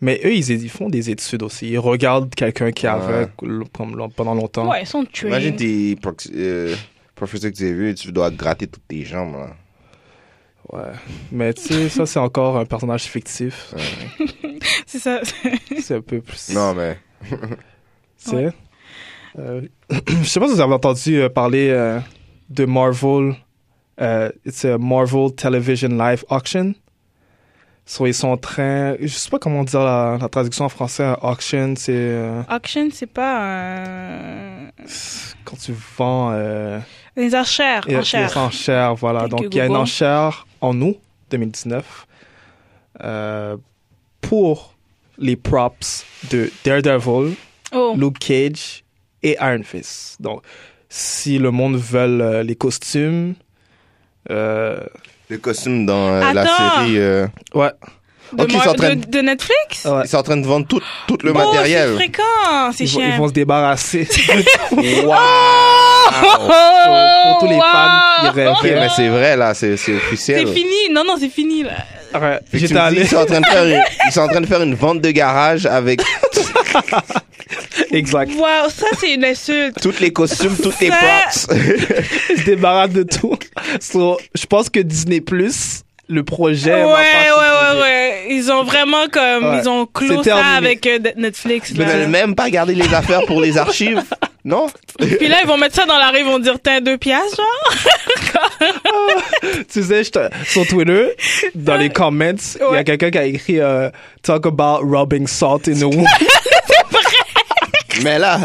Mais eux, ils, ils font des études aussi. Ils regardent quelqu'un qui est Ouais. aveugle l- comme l- pendant longtemps. ouais, ils sont tués. Imagine t'es prox- euh, Professeur Xavier, tu dois gratter toutes tes jambes. Là. Ouais. Mais tu sais, ça, c'est encore un personnage fictif. C'est ça. C'est un peu plus. Non, mais. Tu sais. Euh, je sais pas si vous avez entendu euh, parler euh, de Marvel. Euh, it's a Marvel Television Live Auction. So, ils sont en train. Je sais pas comment dire la, la traduction en français. hein, Auction, c'est. euh, Auction, c'est pas un... quand tu vends. euh, Les enchères. il y a- il y a enchères. des enchères, voilà. Thank Donc, you, il y a une Google. enchère en août 2019 euh, pour les props de Daredevil, Oh, Luke Cage et Iron Fist. Donc, si le monde veut euh, les costumes, euh, Le costume dans euh, la Attends. série. euh, ouais, de, Ok, ils Mar- sont en train de- de- de Netflix ouais. Ils sont en train de vendre tout, tout le Oh, c'est matériel. fréquent, c'est Ils, vont, ils chiant. vont se débarrasser Wow. Ah, pour Oh, tous les fans qui Ok, rêvaient. mais c'est vrai, là, c'est c'est officiel. C'est fini, non, non, c'est fini là. Ouais, Fait que tu J'étais me dis, allé, Ils sont, en train de faire une, ils sont en train de faire une vente de garage avec exact. Waouh, ça c'est une insulte. tous les costumes, toutes les Ça- props. Ils se débarrassent de tout. So, je pense que Disney Plus, le projet. Ouais, ouais, va ouais, pas ouais, continuer. Ils ont vraiment comme, Ouais. ils ont clos C'est terminé. ça avec euh, Netflix Ils veulent là. même pas garder les affaires pour les archives. Non? Puis là, ils vont mettre ça dans la rue, ils vont dire t'as deux piastres, genre. Tu sais, je te- sur Twitter, dans les comments, il y a Ouais. quelqu'un qui a écrit euh, Talk about rubbing salt in the wound. Mais là,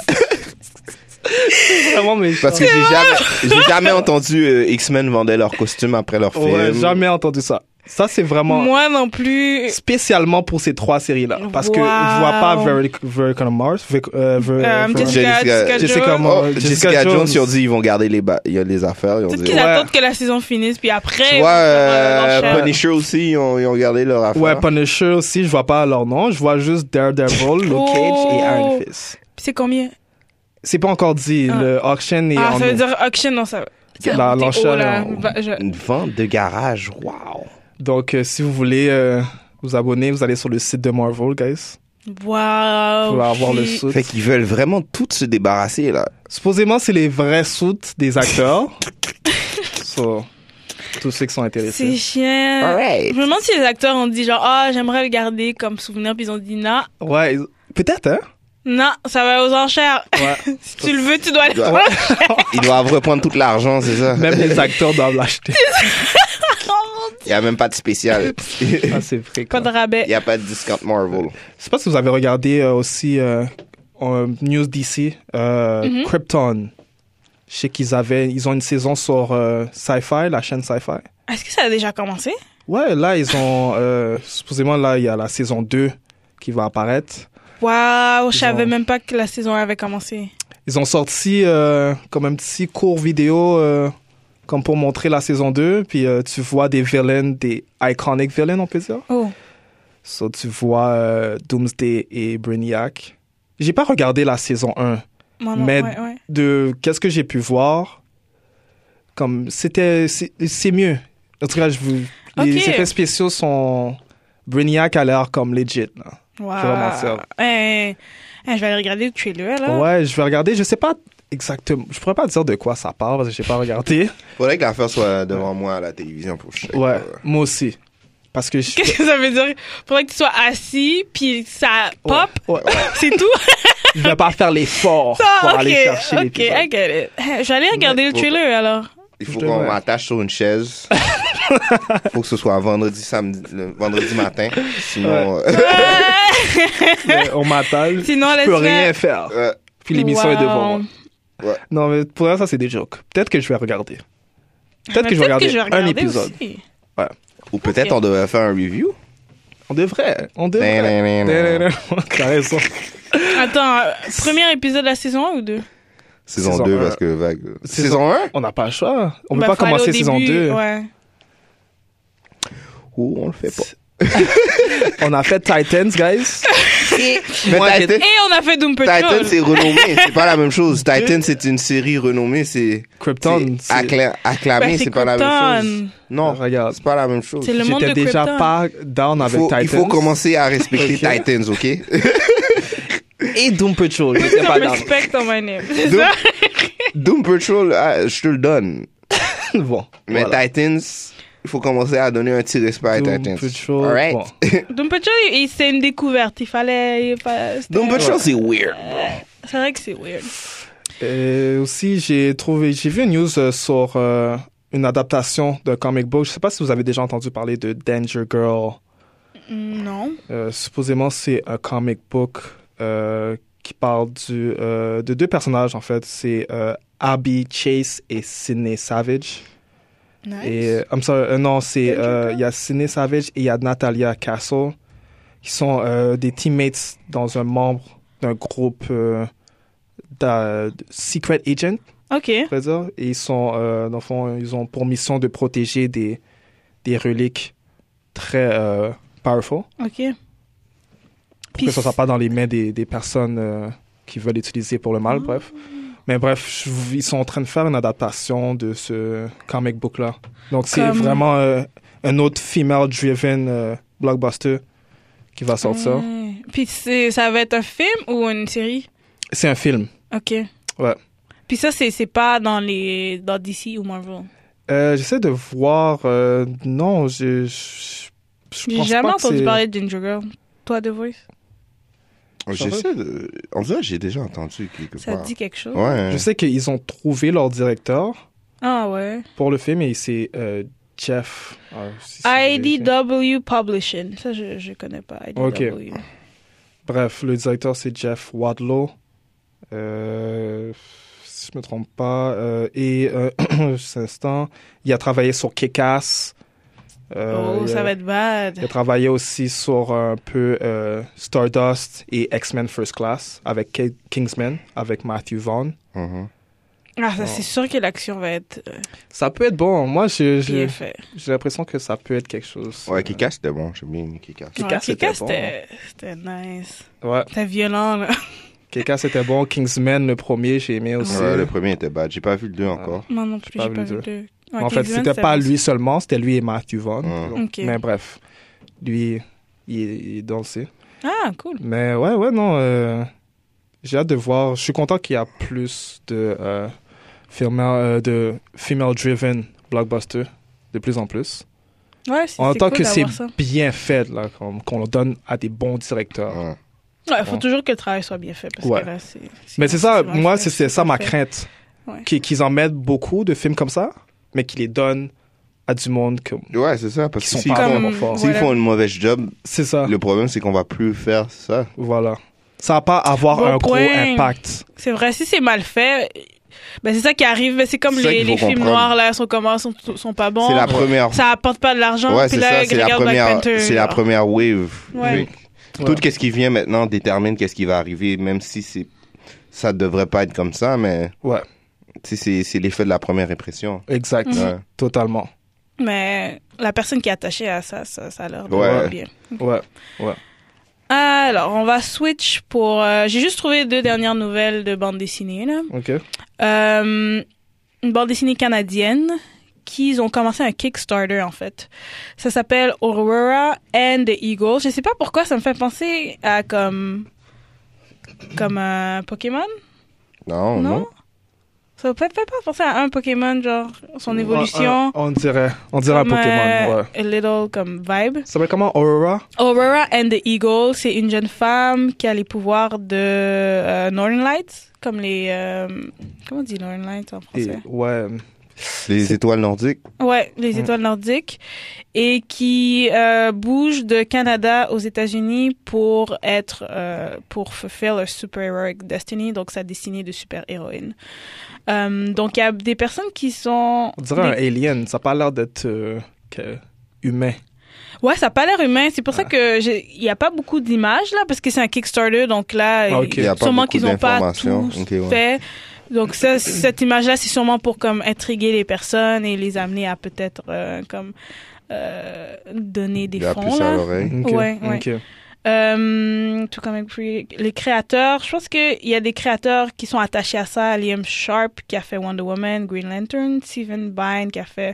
Vraiment méchant. parce que j'ai jamais, j'ai jamais entendu euh, X-Men vendait leurs costumes après leur film. Ouais, jamais entendu ça. Ça, c'est vraiment Moi non plus. spécialement pour ces trois séries-là. Parce que je Wow. vois pas Veronica Veronica Mars. Ver- euh, Ver- Euh, Ver- Jessica- Jessica, Jessica, Jessica Jones. Mo- Oh, Jessica Jessica, Jones, Jones. ils ont dit ils vont garder les, ba- il y a les affaires. Ils ont Peut-être dit, qu'ils Ouais. attendent que la saison finisse, puis après. Tu ils vont vois, faire, euh, euh, l'enchère. Punisher aussi, ils ont, ils ont gardé leurs affaires. Ouais, Punisher aussi, je vois pas leur nom. Je vois juste Daredevil, Luke Cage et Iron Oh. Fist. Puis c'est combien C'est pas encore dit. Ah. Le auction est Ah, en ça veut août. dire auction, non, ça va. La- Ça monte l'enchère haut, là. en- Va- je- Une vente de garage, wow. Donc, euh, si vous voulez euh, vous abonner, vous allez sur le site de Marvel, guys. Wow. Vous pouvez avoir le puis- suit. Fait qu'ils veulent vraiment toutes se débarrasser, là. Supposément, c'est les vrais suits des acteurs. so, tous ceux qui sont C'est intéressés. chiant. Je Alright. me demande si les acteurs ont dit genre, ah, j'aimerais le garder comme souvenir, puis ils ont dit, non, Ouais, ils- peut-être, hein? non, ça va aux enchères. Ouais. si tu le veux, tu dois Ils aller. doivent, ils doivent reprendre tout l'argent, c'est ça? Même les acteurs doivent l'acheter. Il n'y a même pas de spécial. Il Ah, c'est vrai. quoi. Pas de rabais. n'y a pas de discount Marvel. Je sais pas si vous avez regardé euh, aussi euh, euh, News DC, euh, Mhm. Krypton. Je sais qu'ils avaient, ils ont une saison sur euh, Sci-Fi, la chaîne Sci-Fi. Est-ce que ça a déjà commencé? Ouais, là, ils ont, euh, supposément, là, il y a la saison 2 qui va apparaître. Waouh, je Ils savais ont- même pas que la saison avait commencé. Ils ont sorti euh, comme un petit court vidéo euh, comme pour montrer la saison 2. Puis euh, tu vois des villains, des iconic villains, on peut dire. Oh. So, tu vois euh, Doomsday et Brainiac. J'ai pas regardé la saison 1. Moi non, Mais- ouais, ouais. De qu'est-ce que j'ai pu voir, comme c'était c'est c'est mieux. En tout cas, je vous, les Ok. effets spéciaux sont Brainiac a l'air comme legit. là. Wow. vraiment ça. Hey, hey, Eh, je vais aller regarder le trailer, là. Ouais, je vais regarder. Je sais pas exactement. Je pourrais pas dire de quoi ça parle parce que j'ai pas regardé. Faudrait que l'affaire soit devant moi à la télévision pour que euh, je Ouais, moi aussi. Parce que je. Qu'est-ce que ça veut dire? Faudrait que tu sois assis, puis ça pop, Ouais, c'est tout. je vais pas faire l'effort pour Ah, ok, aller chercher ok, l'épisode. I get it. Hey, Je vais aller regarder le Ouais. trailer, alors. Il faut Je qu'on devrais. m'attache sur une chaise. faut que ce soit vendredi, samedi, le vendredi matin. Sinon, euh, Mais On m'attale. Je Sinon, laisse peux rien faire. euh, Puis l'émission est devant Wow. moi. Ouais. Non, mais pour l'instant, ça, c'est des jokes. Peut-être que je vais regarder. Peut-être que je vais regarder un épisode. aussi. ou peut-être Ok. on devrait faire un review. On devrait. On devrait. Nan, nan, nan, nan. T'as raison. Attends, euh, premier épisode de la saison 1 ou 2 Saison, Saison 2, un. parce que vague. Saison- Saison 1? On n'a pas le choix. On peut pas commencer saison 2. Ouais. Ou on le fait pas. On a fait Titans, guys. Moi, Mais Titan, Et on a fait Doom Titan, Patrol. c'est renommé. C'est pas la même chose. Titan, c'est une série renommée. C'est Krypton. c'est accla- Ben, acclamé. c'est pas la même chose. Krypton. Non, Ah, Regarde. c'est pas la même chose. C'est le monde de J'étais déjà Krypton. pas down Il avec faut, Titans. il faut commencer à respecter Ok. Titans, ok? et Doom Patrol. J'étais pas down. respect on my name. C'est Doom, ça? Doom Patrol, ah, je te le donne. Bon. Mais voilà. Titans, il faut commencer à donner un petit respect à Doom Titans. Patrol, Alright. bon. Doom Patrol, il- il- c'est une découverte. Il fallait. il fallait- c'était- Doom Patrol, c'est weird. C'est vrai que c'est weird. Euh, aussi, j'ai trouvé, j'ai vu une news euh, sur euh, une adaptation de comic book. Je sais pas si vous avez déjà entendu parler de Danger Girl. Non. Euh, supposément, c'est un comic book euh, qui parle du, euh, de deux personnages, en fait. C'est euh, Abby Chase et Sydney Savage. Nice. Et, euh, I'm sorry, euh, non, c'est, Danger euh, Girl? il y a Sydney Savage et il y a Natalia Castle, qui sont euh, des teammates dans un membre d'un groupe euh, d'a- de Secret Agent, Ok. on pourrait dire. Et ils sont, euh, dans le fond, ils ont pour mission de protéger des, des reliques très euh, powerful Ok. pour que ça soit pas dans les mains des, des personnes euh, qui veulent l'utiliser pour le Ah. mal, bref. Mais bref, je- ils sont en train de faire une adaptation de ce comic book-là. Donc c'est Comme- vraiment euh, un autre female-driven euh, blockbuster qui va sortir. Ouais. Puis c'est- ça va être un film ou une série? C'est un film. Ok. Ouais. Puis ça, c'est c'est pas dans les dans DC ou Marvel. Euh, J'essaie de voir. euh, non, je. je- je J'ai pense jamais pas que entendu c'est- parler de Ginger Girl. Toi, The Voice, J'essaie de. En tout cas, j'ai déjà entendu quelque ça part. te dit quelque chose? Ouais. hein. Je sais qu'ils ont trouvé leur directeur Ah ouais. pour le film et c'est euh, Jeff. Ah, si, si, j'ai- IDW Publishing. Ça, je, je connais pas. IDW. Ok. Oh, Bref, le directeur, c'est Jeff Wadlow. Euh, si je me trompe pas. euh, et, euh, juste un instant, il a travaillé sur Kick-Ass. Euh, oh, il ça a- va être bad. Il a travaillé aussi sur un peu euh, Stardust et X-Men First Class avec Ki- Kingsman, avec Matthew Vaughn. Mhm. Ah, ça, c'est sûr que l'action va être euh, Ça peut être bon. Moi, je- Oh. je- bien faite. j'ai l'impression que ça peut être quelque chose. Ouais, Kikas, c'était bon. J'aime bien Kikas. Kick-Ass, Ouais, c'était Kick-Ass, bon. hein. c'était c'était nice. Ouais. C'était violent, là. Kick-Ass était bon. Kingsman, le premier, j'ai aimé aussi. Ouais, le premier était bad. J'ai pas vu le deux encore. Moi non plus, pas j'ai vu pas le vu le. Ouais, en fait, Kingsman, c'était ça pas va- lui seulement, c'était lui et Matthew Vaughn. Mm. Donc, Ok. Mais bref, lui, il est, il est dans le C. Ah, cool. Mais ouais, ouais, non. euh, J'ai hâte de voir. Je suis content qu'il y a plus de, euh, firma- euh, de female-driven blockbuster de plus en plus. Ouais, c'est En c'est tant cool que c'est d'avoir ça. bien fait, là, qu'on qu'on le donne à des bons directeurs. Ouais. Ouais, faut Ouais. toujours que le travail soit bien fait. Parce Ouais. que là, c'est. Mais c'est ça, mal moi, fait, c'est- c'est ça pas ma fait. crainte. Ouais. Qu'ils qu'ils en mettent beaucoup de films comme ça, mais qu'ils les donnent à du monde que- Ouais, c'est ça. qui Parce que sont s'ils pas font, vraiment Comme- forts. s'ils Voilà. font une mauvaise job, C'est Ah. ça. le problème, c'est qu'on va plus faire ça. Voilà. Ça va pas avoir Bon un gros point. impact. C'est vrai, si c'est mal fait, ben c'est ça qui arrive. Ben, C'est comme C'est ça les, qu'il faut les films comprendre. noirs, là, sont comment, sont, sont pas bons. c'est la première. Ça apporte pas de l'argent. ouais, puis c'est là, ça. C'est la regarde Black première. Panther, C'est la genre. première wave. Ouais. Tout Ouais. qu'est-ce qui vient maintenant détermine qu'est-ce qui va arriver, même si c'est ça devrait pas être comme ça, mais Ouais, tu sais, c'est c'est l'effet de la première impression. exact. Ouais. Totalement. Mais la personne qui est attachée à ça, ça, ça a l'air de Ouais. voir bien. Ouais. Alors, on va switch pour. euh, J'ai juste trouvé deux dernières nouvelles de bande dessinée, là. OK. Euh, une bande dessinée canadienne qui ils ont commencé un Kickstarter en fait. Ça s'appelle Aurora and the Eagle. Je sais pas pourquoi ça me fait penser à comme comme un Pokémon. Non, Oh, non. Non. Ça me fait fait pas penser à un Pokémon genre son évolution. On, on dirait, on dirait un comme, Pokémon, euh, ouais. A little comme vibe. Ça s'appelle comment Aurora Aurora and the Eagle, c'est une jeune femme qui a les pouvoirs de euh, Northern Lights, comme les euh, comment on dit Northern Lights en Et- français. Ouais. Les étoiles nordiques. Ouais, les Mm. étoiles nordiques et qui euh, bouge de Canada aux États-Unis pour être euh, pour fulfill a superheroic destiny, donc sa destinée de super-héroïne. Euh, donc il y a des personnes qui sont On dirait un des- alien. Ça a pas l'air d'être euh, que- humain. Ouais, ça a pas l'air humain, c'est pour Ah. ça que j'ai- il y a pas beaucoup d'images là parce que c'est un Kickstarter donc là Ah, ok. Il y a pas sûrement beaucoup qu'ils ont pas tout d'informations. Ok, ouais. fait. Donc ça cette image là c'est sûrement pour comme intriguer les personnes et les amener à peut-être euh, comme euh, donner des Il a fonds plus à là. l'oreille. Ok, Ouais, ouais. ok. Euh, tout comme les créateurs, je pense qu'il y a des créateurs qui sont attachés à ça. Liam Sharp qui a fait Wonder Woman, Green Lantern, Steven Byrne qui a fait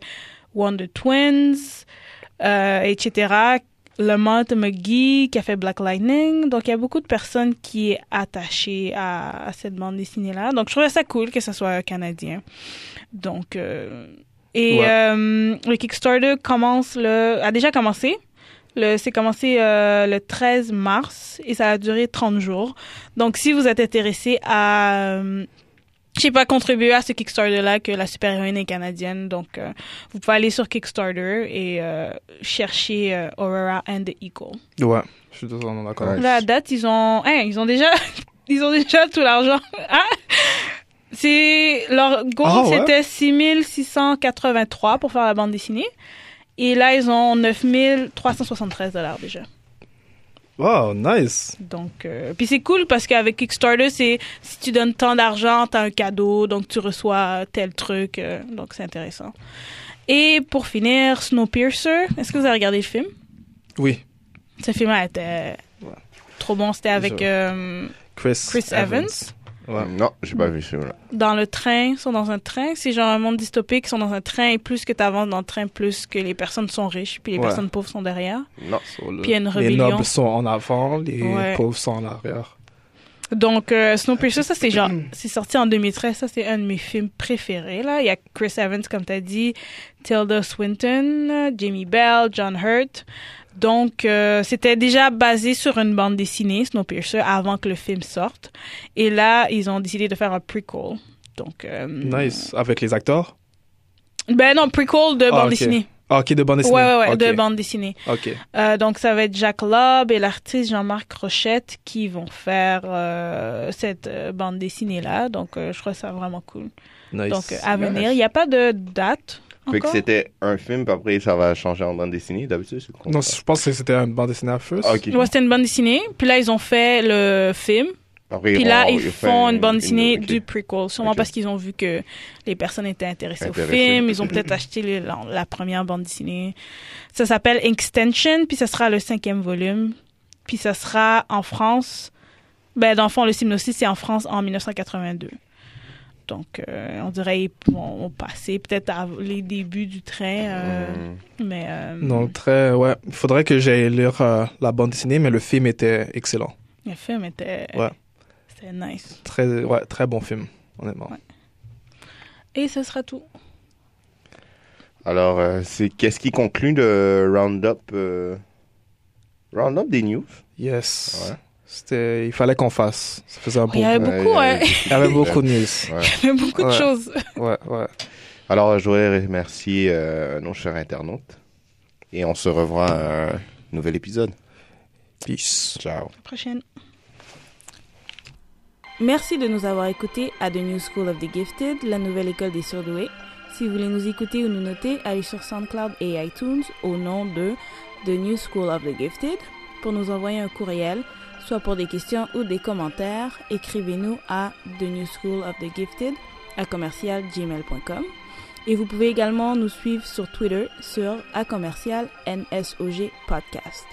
Wonder Twins, euh, etc. Lamont McGee qui a fait Black Lightning. Donc, il y a beaucoup de personnes qui est attachée à, à cette bande dessinée-là. Donc, je trouvais ça cool que ce soit canadien. Donc, euh, et Ouais. euh, le Kickstarter commence le, a déjà commencé. Le, c'est commencé euh, le 13 mars et ça a duré 30 jours. Donc, si vous êtes intéressé à, euh, je sais pas, contribuer à ce Kickstarter-là que la super-héroïne est canadienne, donc euh, vous pouvez aller sur Kickstarter et euh, chercher euh, Aurora and the Eagle. Ouais, je suis totalement d'accord. Ouais. Là, à date, ils ont, hein, ils ont déjà, ils ont déjà tout l'argent. Hein? C'est leur goal, Ah, ouais? c'était 6683 pour faire la bande dessinée. Et là, ils ont 9373 dollars déjà. Wow, nice. Donc, euh, puis c'est cool parce qu'avec Kickstarter, c'est si tu donnes tant d'argent, t'as un cadeau, donc tu reçois tel truc, euh, donc c'est intéressant. Et pour finir, Snowpiercer. Est-ce que vous avez regardé le film? Oui, Ce film-là était Ouais. trop bon. C'était avec Je- euh, Chris, Chris Evans. Ouais. Non, j'ai pas vu ce film-là. Dans le train, ils sont dans un train. C'est genre un monde dystopique, ils sont dans un train et plus que t'avances dans le train, plus que les personnes sont riches, puis les Ouais. personnes pauvres sont derrière. Non. Sur le- Puis il y a une les rébellion. nobles sont en avant, les Ouais. pauvres sont en arrière. Donc, euh, Snowpiercer, ça, c'est genre, c'est sorti en 2013. Ça, c'est un de mes films préférés, là. Il y a Chris Evans, comme t'as dit, Tilda Swinton, euh, Jamie Bell, John Hurt. Donc, euh, c'était déjà basé sur une bande dessinée, Snowpiercer, avant que le film sorte. Et là, ils ont décidé de faire un prequel. Donc, euh, Nice. Avec les acteurs Ben non, prequel de Ah, bande ok. dessinée. Ah, ok, de bande dessinée. Ouais, ouais, ouais, Ok, de bande dessinée. Ok. Euh, donc, ça va être Jacques Lobb et l'artiste Jean-Marc Rochette qui vont faire euh, cette euh, bande dessinée-là. Donc, euh, je trouve ça vraiment cool. Nice. Donc, euh, à venir. Il n'y a pas de date Fait que encore. c'était un film, puis après ça va changer en bande dessinée. D'habitude, c'est le contraire. non, je pense que c'était une bande dessinée à feu. Ah, ok. Ouais, c'était une bande dessinée. Puis là, ils ont fait le film. Après, Puis on- là, on- ils on fait font une bande dessinée ok. du prequel. Sûrement Ok. parce qu'ils ont vu que les personnes étaient intéressées Intéressées. au film. Ils ont peut-être acheté le- la, la première bande dessinée. Ça s'appelle Extension, puis ça sera le cinquième volume. Puis ça sera en France. Ben, dans le fond, le Simnosis, c'est en France en 1982. Donc, euh, on dirait qu'ils vont passer peut-être à les débuts du train. euh, Hmm. Mais. euh, Non, très. Ouais. Il faudrait que j'aille lire euh, la bande dessinée, mais le film était excellent. Le film était. Ouais. C'était nice. Très, ouais, très bon film, honnêtement. Ouais. Et ce sera tout. Alors, euh, c'est qu'est-ce qui conclut le round-up euh, round-up des news? Yes. Ouais. C'était. Il fallait qu'on fasse. Ça faisait un Il bon. y avait Ouais, beaucoup, hein. Il y avait beaucoup de news. Ouais. Il y avait beaucoup de Ouais. choses. Ouais, ouais. Alors, euh, je voudrais remercier euh, nos chers internautes. Et on se revoit à un nouvel épisode. Peace. Ciao. prochaine. Merci de nous avoir écoutés à The New School of the Gifted, la nouvelle école des surdoués. Si vous voulez nous écouter ou nous noter, allez sur SoundCloud et iTunes au nom de The New School of the Gifted. Pour nous envoyer un courriel, soit pour des questions ou des commentaires, écrivez-nous à The New School of the Gifted à commercialgmail.com. Et vous pouvez également nous suivre sur Twitter sur à commercial NSOG Podcast.